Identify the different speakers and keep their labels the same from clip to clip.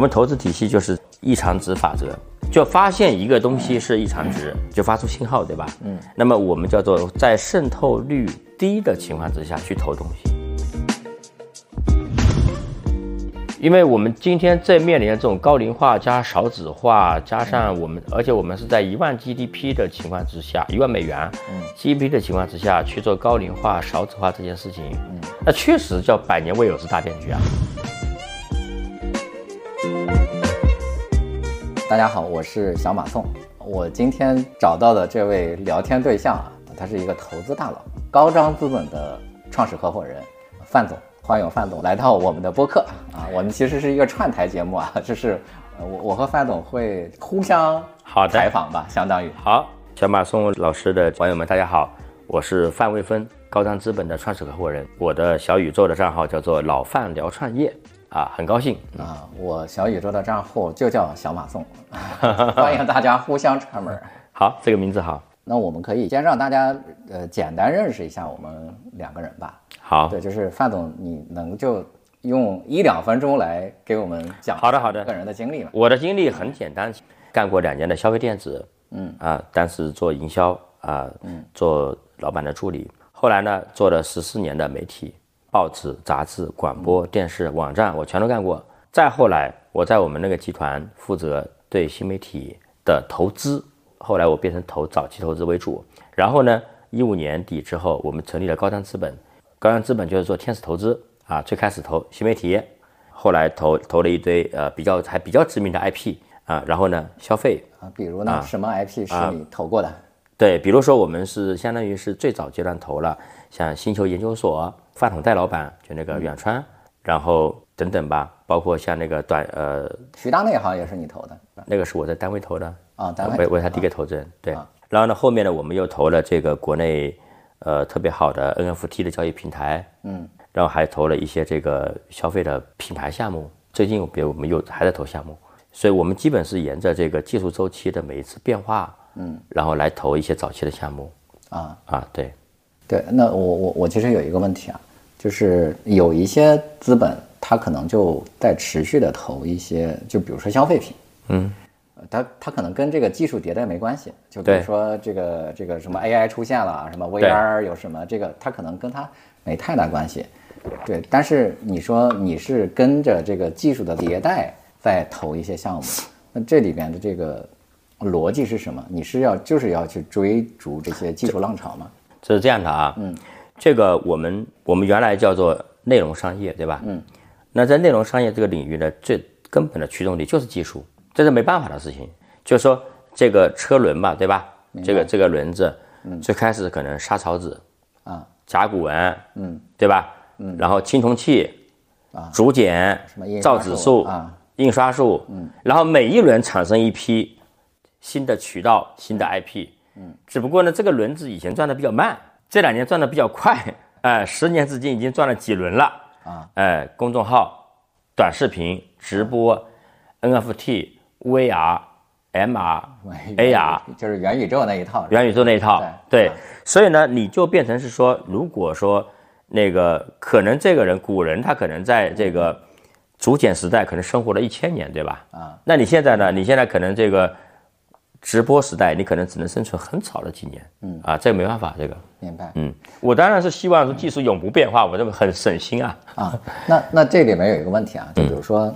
Speaker 1: 们投资体系就是异常值法则，就发现一个东西是异常值，就发出信号，对吧？嗯。那么我们叫做在渗透率低的情况之下去投东西。因为我们今天正面临的这种高龄化加少子化，加上我们，而且我们是在一万 GDP 的情况之下，一万美元 GDP 的情况之下去做高龄化、少子化这件事情，那确实叫百年未有之大变局啊。
Speaker 2: 大家好，我是小马宋。我今天找到的这位聊天对象啊，他是一个投资大佬，高张资本的创始合伙人范总。欢迎范总来到我们的播客啊！我们其实是一个串台节目啊， 就是我我和范总会互相
Speaker 1: 好的
Speaker 2: 采访吧，相当于
Speaker 1: 好，小马宋老师的网友们，大家好，我是范卫芬，高瞻资本的创始合伙人，我的小宇宙的账号叫做老范聊创业啊，很高兴。
Speaker 2: 啊，我小宇宙的账户就叫小马宋， 欢迎大家互相串门儿。
Speaker 1: 好，这个名字好，
Speaker 2: 那我们可以先让大家呃简单认识一下我们两个人吧。
Speaker 1: 好，
Speaker 2: 对，就是范总，你能就用一两分钟来给我们讲
Speaker 1: 好的好的
Speaker 2: 个人的经历吗？
Speaker 1: 我的经历很简单，干过两年的消费电子，嗯啊，当时做营销啊，嗯，做老板的助理。后来呢，做了十四年的媒体，报纸、杂志、广播、电视、网站，我全都干过。再后来，我在我们那个集团负责对新媒体的投资，后来我变成投早期投资为主。然后呢，一五年底之后，我们成立了高瞻资本，高瞻资本就是做天使投资啊，最开始投新媒体，后来投投了一堆呃比较还比较知名的 IP 啊，然后呢消费，
Speaker 2: 啊，比如呢，什么 IP
Speaker 1: 啊
Speaker 2: 是你投过的？
Speaker 1: 对，比如说我们是相当于是最早阶段投了像星球研究所、饭桶戴老板就那个远川，然后等等吧，包括像那个短呃
Speaker 2: 徐大内好像也是你投的
Speaker 1: 那个是我在单位投的，
Speaker 2: 啊，单
Speaker 1: 我
Speaker 2: 位
Speaker 1: 我是他第一个投资人，对。然后呢，后面呢，我们又投了这个国内呃特别好的 NFT 的交易平台，嗯，然后还投了一些这个消费的品牌项目。最近，比如我们又还在投项目，所以我们基本是沿着这个技术周期的每一次变化，嗯，然后来投一些早期的项目
Speaker 2: 啊，
Speaker 1: 啊，对，
Speaker 2: 对，那我我我其实有一个问题啊，就是有一些资本，它可能就在持续的投一些，就比如说消费品，嗯，它它可能跟这个技术迭代没关系，就比如
Speaker 1: 对
Speaker 2: 说这个这个什么 AI 出现了，什么 VR 有什么这个，它可能跟它没太大关系，对。但是你说你是跟着这个技术的迭代在投一些项目，那这里边的这个逻辑是什么？你是要就是要去追逐这些技术浪潮吗？
Speaker 1: 这是这样的啊，嗯，这个我们我们原来叫做内容商业，对吧？嗯，那在内容商业这个领域呢，最根本的驱动力就是技术，这是没办法的事情。就是说这个车轮嘛，对吧？这个这个轮子，最开始可能沙草纸
Speaker 2: 啊，
Speaker 1: 甲骨文，嗯，对吧？嗯，然后青铜器，啊，竹简，
Speaker 2: 什么印刷
Speaker 1: 造纸术
Speaker 2: 啊？
Speaker 1: 印刷术，嗯，然后每一轮产生一批新的渠道、新的 IP，嗯，只不过呢，这个轮子以前转的比较慢，这两年转的比较快， 哎，十年至今已经转了几轮了啊，哎，公众号、短视频、直播、NFT、VR、MR、AR
Speaker 2: 就是元宇宙那一套。
Speaker 1: 元宇宙那一套，
Speaker 2: 对
Speaker 1: 对，所以呢，你就变成是说，如果说那个可能这个人古人他可能在这个竹简时代可能生活了一千年，对吧？啊，那你现在呢？你现在可能这个直播时代，你可能只能生存很少的几年，嗯啊，这个没办法，这个，
Speaker 2: 明白
Speaker 1: 嗯，我当然是希望说技术永不变化，我这个很省心啊，
Speaker 2: 啊，那那这里面有一个问题啊，
Speaker 1: 嗯
Speaker 2: 就比如说，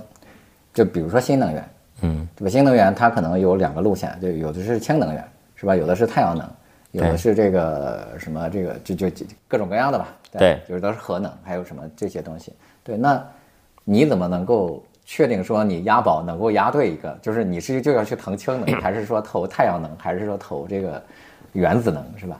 Speaker 2: 就比如说新能源，嗯，对吧？新能源它可能有两个路线，就有的是氢能源，是吧？有的是太阳能，有的是这个什么这个就就就各种各样的吧。
Speaker 1: 对
Speaker 2: 有的是核能，还有什么这些东西。对，那你怎么能够确定说你押宝能够押对一个？就是你是就要去投氢能，还是说投太阳能，还是说投这个原子能，是吧？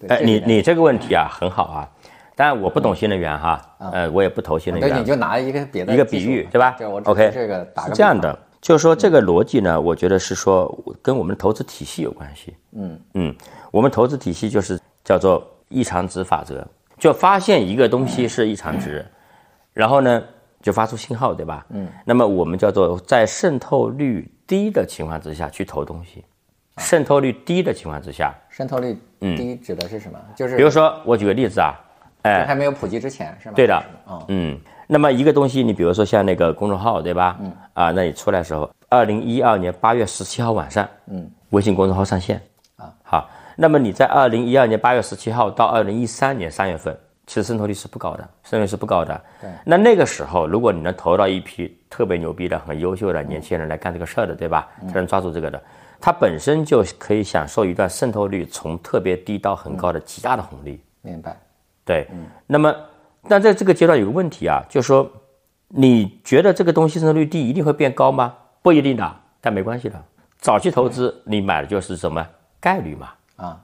Speaker 2: 对
Speaker 1: 哎，
Speaker 2: 这
Speaker 1: 你
Speaker 2: 里面
Speaker 1: 你这个问题啊很好啊，当然我不懂新能源哈，呃，我也不投新能
Speaker 2: 对，
Speaker 1: 源
Speaker 2: 你，就拿一个别的
Speaker 1: 一个
Speaker 2: 技
Speaker 1: 比
Speaker 2: 术
Speaker 1: 喻，对吧
Speaker 2: 对，我只是
Speaker 1: OK，
Speaker 2: 这个打
Speaker 1: 是
Speaker 2: 个
Speaker 1: 这样
Speaker 2: 比方，
Speaker 1: 的，就是说这个逻辑呢，我觉得是说跟我们的投资体系有关系。
Speaker 2: 嗯
Speaker 1: 嗯，我们投资体系就是叫做异常值法则，就发现一个东西是异常值，然后呢就发出信号，对吧？嗯，那么我们叫做在渗透率低的情况之下去投东西，渗透率低的情况之下，
Speaker 2: 渗透率低指的是什么？就
Speaker 1: 嗯比
Speaker 2: 是
Speaker 1: 如说我举个例子啊，
Speaker 2: 哎，还没有普及之前是吧？
Speaker 1: 对的，
Speaker 2: 嗯
Speaker 1: 嗯。那么一个东西，你比如说像那个公众号，对吧？嗯啊，那你出来的时候，二零一二年八月十七号晚上，嗯，微信公众号上线啊。好，那么你在二零一二年八月十七号到二零一三年三月份，其实渗透率是不高的，渗透率是不高的。对。那那个时候，如果你能投到一批特别牛逼的、很优秀的年轻人来干这个事儿的，对吧？才能抓住这个的，他本身就可以享受一段渗透率从特别低到很高的极大的红利。
Speaker 2: 明白。
Speaker 1: 对，那么但在这个阶段有个问题啊，就是说，你觉得这个东西渗透率低一定会变高吗？不一定的，但没关系的。早期投资你买的就是什么概率嘛，
Speaker 2: 啊，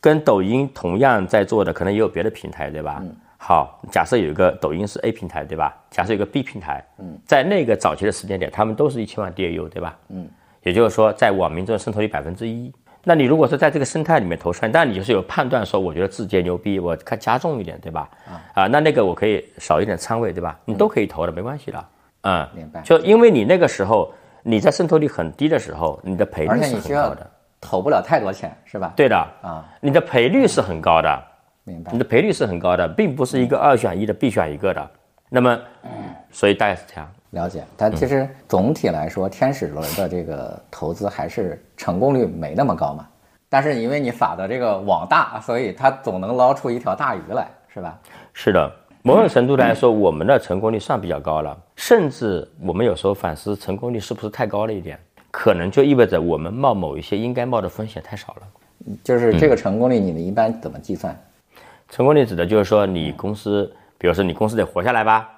Speaker 1: 跟抖音同样在做的，可能也有别的平台，对吧？
Speaker 2: 嗯
Speaker 1: 好，假设有一个抖音是 A 平台，对吧？假设有个 B 平台，嗯，在那个早期的时间点，他们都是一千万 DAU，对吧？嗯，也就是说，在网民中的渗透率百分之一。那你如果说在这个生态里面投出来，那你就是有判断说，我觉得字节牛逼，我看加重一点，对吧？啊，那那个我可以少一点仓位，对吧？
Speaker 2: 嗯
Speaker 1: 你都可以投的，没关系的。嗯，
Speaker 2: 明白
Speaker 1: 就因为你那个时候你在渗透率很低的时候，你的赔
Speaker 2: 而
Speaker 1: 率
Speaker 2: 且
Speaker 1: 是
Speaker 2: 你需
Speaker 1: 很
Speaker 2: 要
Speaker 1: 高的。
Speaker 2: 投不了太多钱是吧？
Speaker 1: 对的，
Speaker 2: 啊，
Speaker 1: 你的赔率是很高的。
Speaker 2: 明白
Speaker 1: 你。的赔率是很高的，并不是一个二选一的必选一个的。那么，所以大概是这样。
Speaker 2: 了解，但其
Speaker 1: 嗯
Speaker 2: 实总体来说，天使轮的这个投资还是成功率没那么高嘛。但是因为你撒的这个网大，所以它总能捞出一条大鱼来，是吧？
Speaker 1: 是的，某种程度来说，我们的成功率算比较高了，甚至我们有时候反思成功率是不是太高了一点，可能就意味着我们冒某一些应该冒的风险太少了。嗯
Speaker 2: 就是这个成功率，你们一般怎么计算？
Speaker 1: 成功率指的就是说你公司，比如说你公司得活下来吧，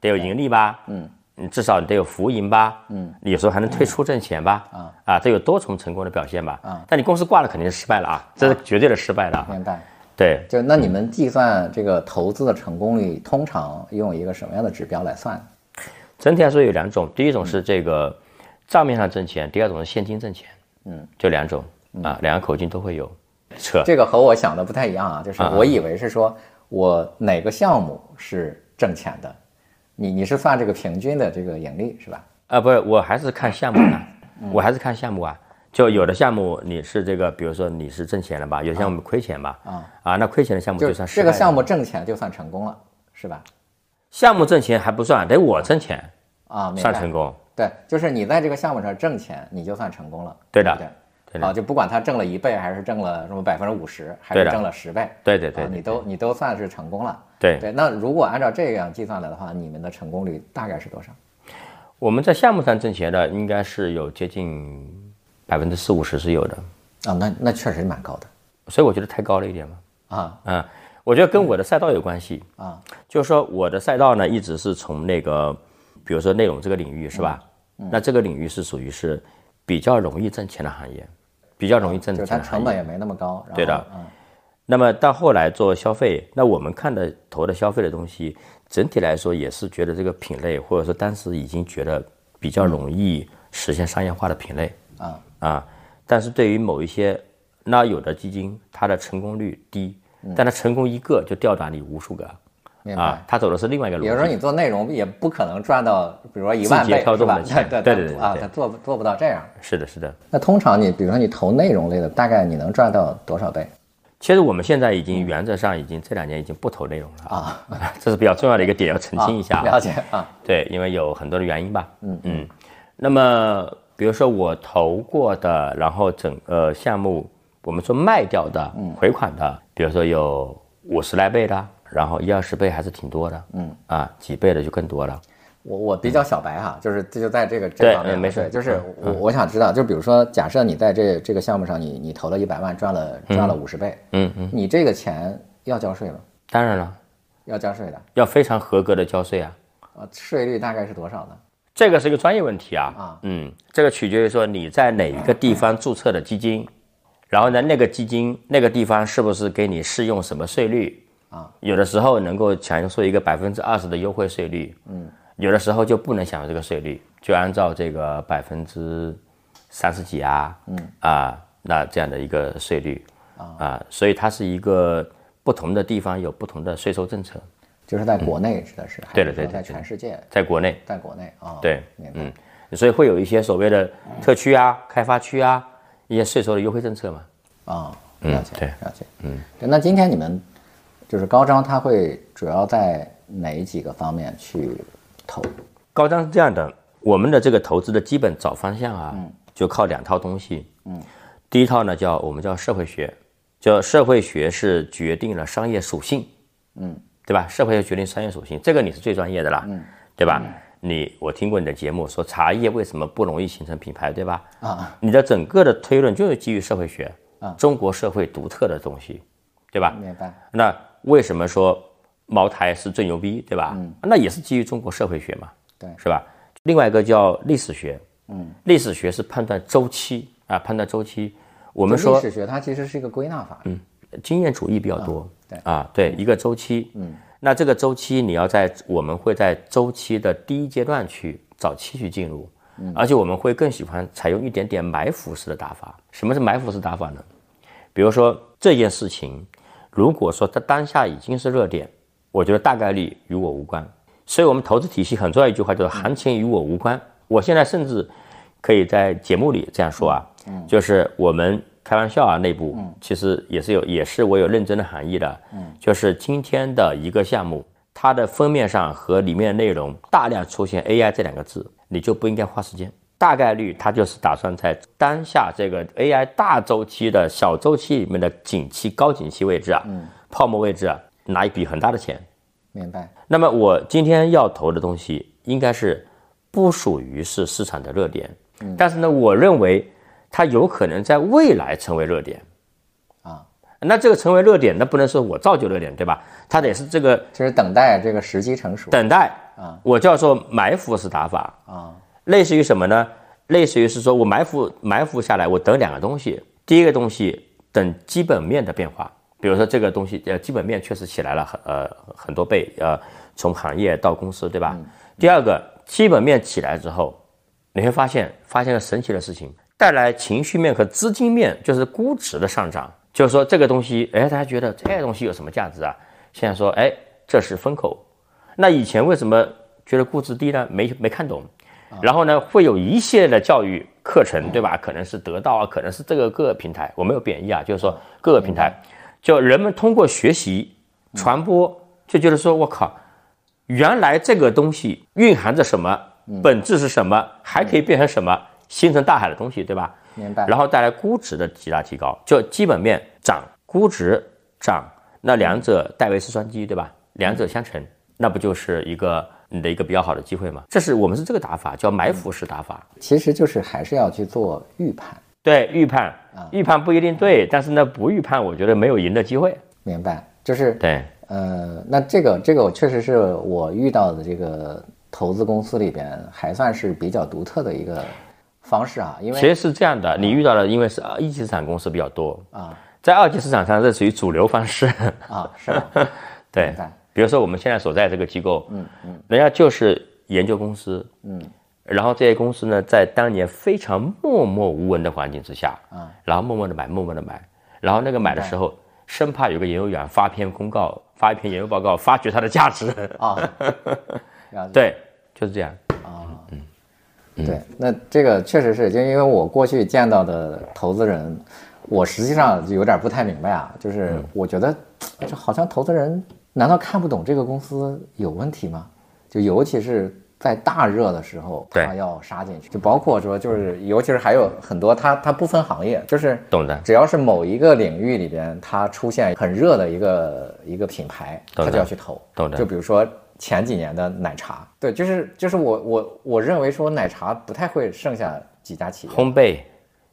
Speaker 1: 得有盈利吧，嗯，你至少得有浮盈吧，嗯，你有时候还能退出挣钱吧，啊啊，这有多重成功的表现吧，啊，但你公司挂了肯定是失败了啊，这是绝对的失败了啊，
Speaker 2: 明白？
Speaker 1: 对，
Speaker 2: 就那你们计算这个投资的成功率，通常用一个什么样的指标来算？
Speaker 1: 整体来说有两种，第一
Speaker 2: 嗯
Speaker 1: 种是这个账面上挣钱，第二种是现金挣钱。嗯，就两种啊，两个口径都会有。扯，
Speaker 2: 这个和我想的不太一样啊，就是我以为是说我哪个项目是挣钱的，你你是算这个平均的这个盈利是吧？
Speaker 1: 啊，不是，我还是看项目的，
Speaker 2: 嗯
Speaker 1: 我还是看项目啊。就有的项目你是这个，比如说你是挣钱了吧，有的项目亏钱吧，啊那亏钱的项目
Speaker 2: 嗯就
Speaker 1: 就算失
Speaker 2: 这个
Speaker 1: 败了
Speaker 2: 项目挣钱就算成功了，是吧？
Speaker 1: 项目挣钱还不算，得我挣钱
Speaker 2: 啊，明
Speaker 1: 算
Speaker 2: 白。
Speaker 1: 成功。
Speaker 2: 对，就是你在这个项目上挣钱，你就算成功了。
Speaker 1: 对的
Speaker 2: 不
Speaker 1: 对
Speaker 2: 对
Speaker 1: 的
Speaker 2: 啊，就不管他挣了一倍，还是挣了什么百分之五十，还
Speaker 1: 对
Speaker 2: 是
Speaker 1: 的
Speaker 2: 挣了十倍，
Speaker 1: 对对对
Speaker 2: 啊，
Speaker 1: 对
Speaker 2: 你都你都算是成功了。
Speaker 1: 对，
Speaker 2: 对，那如果按照这样计算来的话，你们的成功率大概是多少？
Speaker 1: 我们在项目上挣钱的应该是有接近百分之四五十是有的，
Speaker 2: 啊，那那确实蛮高的
Speaker 1: 所以我觉得太高了一点嘛。
Speaker 2: 啊
Speaker 1: 嗯，我觉得跟我的赛道有关系。
Speaker 2: 啊，
Speaker 1: 就是说我的赛道呢，一直是从那个，比如说内容这个领域是吧？
Speaker 2: 嗯
Speaker 1: 那这个领域是属于是比较容易挣钱的行业，比较容易挣
Speaker 2: 就是
Speaker 1: 钱
Speaker 2: 它
Speaker 1: 的行
Speaker 2: 成
Speaker 1: 业。
Speaker 2: 本也没那么高。然后
Speaker 1: 对的，那么到后来做消费，那我们看的投的消费的东西，整体来说也是觉得这个品类，或者说当时已经觉得比较容易实现商业化的品类
Speaker 2: 啊
Speaker 1: 啊。但是对于某一些，那有的基金它的成功率低，但它成功一个就吊打你无数个
Speaker 2: 嗯明白
Speaker 1: 啊。。它走的是另外一个逻辑。
Speaker 2: 有时候你做内容也不可能赚到，比如说一万
Speaker 1: 字节
Speaker 2: 倍
Speaker 1: 跳
Speaker 2: 是
Speaker 1: 动
Speaker 2: 吧
Speaker 1: 的？钱
Speaker 2: 对
Speaker 1: 对对对
Speaker 2: 啊，
Speaker 1: 对
Speaker 2: 他做不做不到这样。
Speaker 1: 是的，是的。
Speaker 2: 那通常你比如说你投内容类的，大概你能赚到多少倍
Speaker 1: 其实我们现在已
Speaker 2: 嗯
Speaker 1: 经原则上已经这两年已经不投内容了啊， 这是比较重要的一个点要澄
Speaker 2: 啊？
Speaker 1: 清一下。
Speaker 2: 了解啊，
Speaker 1: 对，因为有很多的原因吧。嗯嗯。那么比如说我投过的，然后整个项目我们说卖掉的、回款的，比如说有五十来倍的，然后一二十倍还是挺多的。嗯啊，几倍的就更多了。
Speaker 2: 我我比较小白哈，就是这就在这个
Speaker 1: 嗯对
Speaker 2: 这方面
Speaker 1: 嗯
Speaker 2: 啊，
Speaker 1: 没事
Speaker 2: 对就是我我想知道，就比如说，假设你在这这个项目上你，你投了一百万，赚了赚了五十倍，
Speaker 1: 嗯
Speaker 2: 嗯，你这个钱要交税吗？
Speaker 1: 当然了，
Speaker 2: 要交税的，
Speaker 1: 要非常合格的交税啊。
Speaker 2: 呃，税率大概是多少呢？
Speaker 1: 这个是一个专业问题啊，嗯，这个取决于说你在哪一个地方注册的基金，然后呢，那个基金那个地方是不是给你适用什么税率
Speaker 2: 啊？
Speaker 1: 有的时候能够享受一个百分之二十的优惠税率，嗯，有的时候就不能享受这个税率，就按照这个百分之三十几啊，嗯啊，那这样的一个税率啊，所以它是一个不同的地方有不同的税收政策，
Speaker 2: 就是在国内指的是，还
Speaker 1: 嗯对
Speaker 2: 是
Speaker 1: 的对的
Speaker 2: 说在全世界，
Speaker 1: 在国内。
Speaker 2: 在国内啊，
Speaker 1: 对
Speaker 2: 明，白
Speaker 1: 嗯，所以会有一些所谓的特区啊、开发区啊，一些税收的优惠政策嘛。
Speaker 2: 啊，了解
Speaker 1: 对嗯
Speaker 2: 了解，嗯，那今天你们就是高招它会主要在哪几个方面去投？
Speaker 1: 高张是这样的，我们的这个投资的基本找方向啊，就靠两套东西。嗯，第一套呢叫我们叫社会学，叫社会学是决定了商业属性。嗯，对吧？社会学决定商业属性，这个你是最专业的啦。嗯，对吧？你我听过你的节目说茶叶为什么不容易形成品牌，对吧？
Speaker 2: 啊，
Speaker 1: 你的整个的推论就是基于社会学，中国社会独特的东西，对吧？
Speaker 2: 明白。
Speaker 1: 那为什么说茅台是最牛逼，对吧？那也是基于中国社会学嘛，
Speaker 2: 嗯对
Speaker 1: 是吧？另外一个叫历史学，嗯，历史学是判断周期啊，判断周期。我
Speaker 2: 我
Speaker 1: 们说
Speaker 2: 历史学它其实是一个归纳法，嗯，
Speaker 1: 经验主义比较多，
Speaker 2: 对
Speaker 1: 啊，对一个周期，嗯，那这个周期你要在我们会在周期的第一阶段去早期去进入，而且我们会更喜欢采用一点点埋伏式的打法。什么是埋伏式打法呢？比如说这件事情，如果说它当下已经是热点，我觉得大概率与我无关。所以，我们投资体系很重要一句话就是“行情与我无关”。我现在甚至可以在节目里这样说啊，就是我们开玩笑啊，内部其实也是有，也是我有认真的含义的。就是今天的一个项目，它的封面上和里面的内容大量出现 AI 这两个字，你就不应该花时间。大概率它就是打算在当下这个 AI 大周期的小周期里面的景气、高景气位置啊，泡沫位置啊，拿一笔很大的钱。
Speaker 2: 明白，
Speaker 1: 那么我今天要投的东西应该是不属于是市场的热点，但是呢，我认为它有可能在未来成为热点。
Speaker 2: 啊，
Speaker 1: 那这个成为热点，那不能说我造就热点，对吧？它得是这个
Speaker 2: 就是等待这个时机成熟
Speaker 1: 等待啊，我叫做埋伏式打法，
Speaker 2: 啊，
Speaker 1: 类似于什么呢？类似于是说我埋伏埋伏下来，我等两个东西。第一个东西等基本面的变化，比如说这个东西呃基本面确实起来了很呃很多倍呃，从行业到公司对吧？第二个基本面起来之后，你会发现发现了神奇的事情，带来情绪面和资金面就是估值的上涨，就是说这个东西哎大家觉得这个东西有什么价值啊？现在说哎这是风口，那以前为什么觉得估值低呢？没没看懂。然后呢，会有一系列的教育课程，对吧？可能是得到啊，可能是这个各个平台，我没有贬义啊，就是说各个平台，就人们通过学习传播，就觉得说，我靠，原来这个东西蕴含着什么，本质是什么，还可以变成什么，星辰大海的东西，对吧？
Speaker 2: 明白。
Speaker 1: 然后带来估值的极大提高，就基本面涨，估值涨，那两者戴维斯双击，对吧？两者相乘，那不就是一个你的一个比较好的机会吗？这是我们是这个打法，叫埋伏式打法。
Speaker 2: 其实就是还是要去做预判，
Speaker 1: 对，预判，
Speaker 2: 啊
Speaker 1: 预判不一定对，但是呢，不预判，我觉得没有赢的机会。
Speaker 2: 明白？就是
Speaker 1: 对，
Speaker 2: 呃，那这个这个我确实是我遇到的这个投资公司里边还算是比较独特的一个方式啊，因
Speaker 1: 其
Speaker 2: 为
Speaker 1: 实是这样的，你遇到的因为是呃一级市场公司比较多，
Speaker 2: 啊
Speaker 1: 在二级市场上这属于主流方式。
Speaker 2: 啊是吧？
Speaker 1: 对
Speaker 2: 明白，
Speaker 1: 比如说我们现在所在这个机构，嗯嗯，人家就是研究公司，嗯，然后这些公司呢，在当年非常默默无闻的环境之下，啊，然后默默的买，默默的买，然后那个买的时候，生怕有个研究员发篇公告，发一篇研究报告，发掘它的价值，
Speaker 2: 啊，了解。
Speaker 1: 对，就是这样。
Speaker 2: 对，那这个确实是，就因为我过去见到的投资人，我实际上有点不太明白啊，就是我觉得，这好像投资人难道看不懂这个公司有问题吗？就尤其是在大热的时候，
Speaker 1: 对
Speaker 2: 他要杀进去，就包括说，就是尤其是还有很多他他不分行业，就是
Speaker 1: 懂的
Speaker 2: 只要是某一个领域里边它出现很热的一个一个品牌，
Speaker 1: 懂
Speaker 2: 他
Speaker 1: 的
Speaker 2: 就要去投，
Speaker 1: 懂的
Speaker 2: 就比如说前几年的奶茶，对，就是就是我我我认为说奶茶不太会剩下几家企业，
Speaker 1: 烘焙、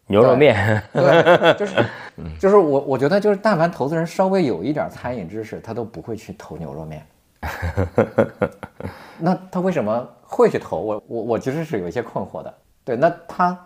Speaker 1: 牛肉面，
Speaker 2: 对， 就是
Speaker 1: 嗯
Speaker 2: 就是我我觉得就是但凡投资人稍微有一点餐饮知识，他都不会去投牛 肉面。那他为什么会去投？我我我其实是有一些困惑的。对，那他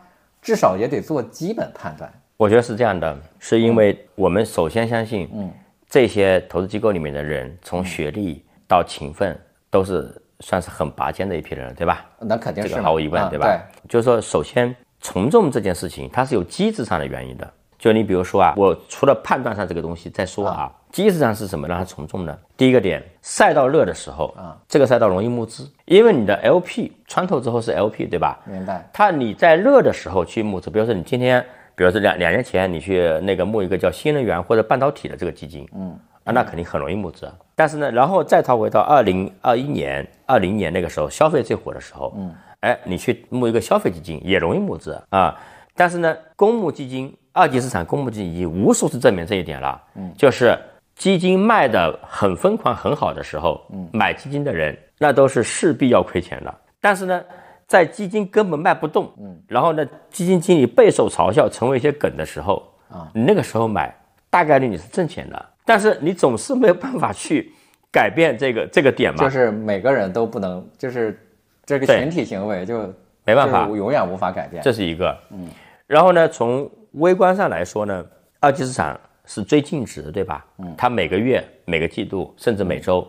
Speaker 2: 至少也得做基本判断。
Speaker 1: 我觉得是这样的，是因为我们首先相信，嗯，这些投资机构里面的人，从学历到勤奋，都是算是很拔尖的一批人了，对吧？
Speaker 2: 那肯定
Speaker 1: 这
Speaker 2: 是
Speaker 1: 个
Speaker 2: 嘛
Speaker 1: 毫无疑问，
Speaker 2: 啊
Speaker 1: 对吧？就是说，首先从众这件事情，它是有机制上的原因的。就你比如说啊，我除了判断上这个东西再说啊，机制上是什么让它从众呢？第一个点，赛道热的时候啊，这个赛道容易募资，因为你的 LP 穿透之后是 LP，对吧？
Speaker 2: 明白
Speaker 1: 它你在热的时候去募资，比如说你今天，比如说两两年前你去那个募一个叫新能源或者半导体的这个基金，嗯，啊，那肯定很容易募资。但是呢，然后再套回到二零二一年、二零年那个时候，消费最火的时候，嗯，哎，你去募一个消费基金也容易募资啊。但是呢，公募基金、二级市场公募基金已经无数次证明这一点了，嗯，就是基金卖的很疯狂、很好的时候，嗯，买基金的人那都是势必要亏钱的。但是呢，在基金根本卖不动，嗯，然后呢，基金经理备受嘲笑，成为一些梗的时候，啊，你那个时候买，大概率你是挣钱的，但是你总是没有办法去改变这个这个点嘛，
Speaker 2: 就是每个人都不能，就是这个
Speaker 1: 嗯对
Speaker 2: 群体行为就
Speaker 1: 没办法
Speaker 2: 就是永远无法改变。
Speaker 1: 这是一个，嗯，然后呢，从微观上来说呢，二级市场是追净值，对吧？嗯，它每个月、每个季度甚至每周，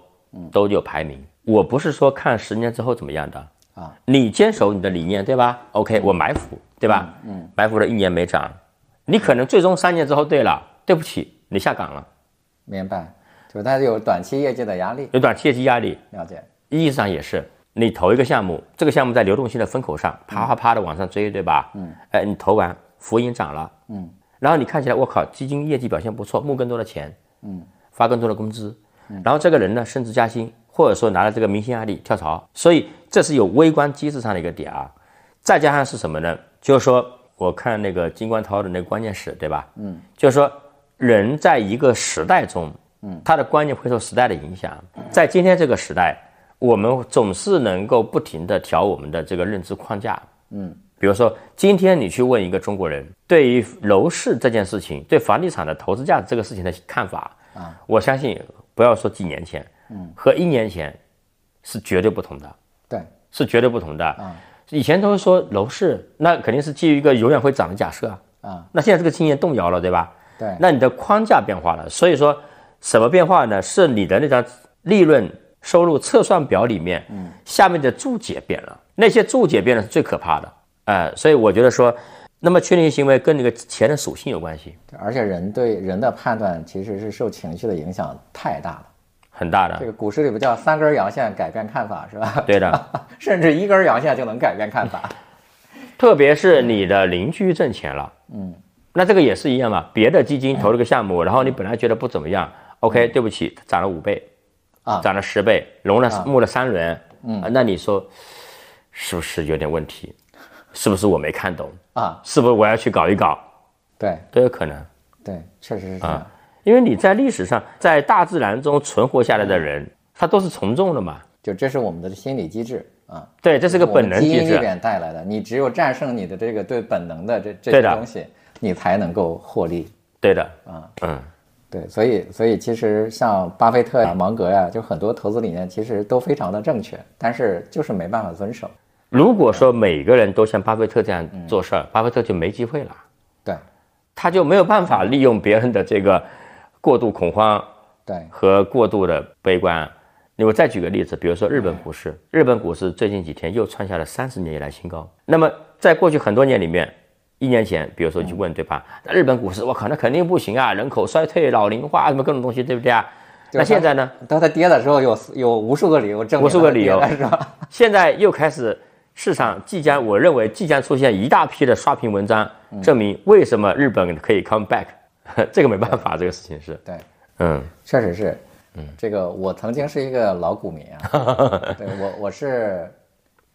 Speaker 1: 都有排名。我不是说看十年之后怎么样的
Speaker 2: 啊，
Speaker 1: 你坚守你的理念，对吧？OK，我埋伏，对吧？嗯，埋伏了一年没涨，你可能最终三年之后，对了，对不起，你下岗了，
Speaker 2: 明白，就是它有短期业绩的压力，
Speaker 1: 有短期业绩压力，
Speaker 2: 了解，
Speaker 1: 意义上也是，你投一个项目，这个项目在流动性的风口上啪啪啪的往上追，对吧？嗯，哎，你投完浮盈涨了，嗯，然后你看起来我靠，基金业绩表现不错，募更多的钱，嗯，发更多的工资，然后这个人呢升职加薪，或者说拿了这个明星案例跳槽，所以这是有微观机制上的一个点啊。再加上是什么呢？就是说，我看那个金冠涛的那个关键史，对吧？嗯，就是说，人在一个时代中，嗯，他的观念会受时代的影响。在今天这个时代，我们总是能够不停地调我们的这个认知框架。嗯，比如说，今天你去问一个中国人对于楼市这件事情、对房地产的投资价值这个事情的看法啊，我相信不要说几年前，嗯，和一年前是绝对不同的。
Speaker 2: 对，
Speaker 1: 是绝对不同的。以前都是说楼市，那肯定是基于一个永远会涨的假设
Speaker 2: 啊。
Speaker 1: 那现在这个经验动摇了，对吧？
Speaker 2: 对
Speaker 1: 那你的框架变化了，所以说什么变化呢？是你的那张利润收入测算表里面，嗯，下面的注解变了，那些注解变了是最可怕的。呃，所以我觉得说，那么确定性行为跟你的钱的属性有关系，
Speaker 2: 对而且人对人的判断其实是受情绪的影响太大了。
Speaker 1: 很大
Speaker 2: 这
Speaker 1: 的，
Speaker 2: 个股市里不叫三根阳线改变看法是吧？
Speaker 1: 对的。
Speaker 2: 甚至一根阳线就能改变看法。
Speaker 1: 特别是你的邻居挣钱了，嗯，那这个也是一样嘛。别的基金
Speaker 2: 嗯
Speaker 1: 投了个项目，然后你本来觉得不怎么样，OK，对不起，涨了五倍，
Speaker 2: 啊
Speaker 1: 涨了十倍，融了募了三轮，嗯，那你说是不是有点问题？是不是我没看懂？
Speaker 2: 啊，
Speaker 1: 是不是我要去搞一搞？
Speaker 2: 对
Speaker 1: 都有可能，
Speaker 2: 对，确实是这样。
Speaker 1: 因为你在历史上，在大自然中存活下来的人，
Speaker 2: 嗯
Speaker 1: 他都是从众的嘛。
Speaker 2: 就这是我们的心理机制啊，
Speaker 1: 对，这是个
Speaker 2: 我们
Speaker 1: 本能
Speaker 2: 基
Speaker 1: 机
Speaker 2: 因里
Speaker 1: 制。
Speaker 2: 边带来的。你只有战胜你的这个对本能的这这
Speaker 1: 对
Speaker 2: 些
Speaker 1: 的
Speaker 2: 东西，你才能够获利。
Speaker 1: 对的，
Speaker 2: 啊
Speaker 1: 嗯，
Speaker 2: 对，所以所以其实像巴菲特呀、芒格呀，就很多投资理念其实都非常的正确，但是就是没办法遵守。
Speaker 1: 如果说每个人都像巴菲特这样做事儿，巴菲特就没机会了。
Speaker 2: 对
Speaker 1: 他就没有办法利用别人的这个过度恐慌
Speaker 2: 对，
Speaker 1: 和过度的悲观。那我再举个例子，比如说日本股市，日本股市最近几天又创下了三十年以来新高。那么在过去很多年里面，一年前，比如说去问对吧？那日本股市，我靠，那肯定不行啊，人口衰退、老龄化什么各种东西，对不对啊？
Speaker 2: 就是
Speaker 1: 那现在呢？
Speaker 2: 当它跌的时候有有无数个理由证明
Speaker 1: 无数个理由
Speaker 2: 它跌了是吧？
Speaker 1: 现在又开始市场即将，我认为即将出现一大批的刷屏文章，证明为什么日本可以 come back。这个 没办法，这个事情是，
Speaker 2: 对，
Speaker 1: 嗯。
Speaker 2: 确实是。嗯，这个我曾经是一个老股民 啊，对我我是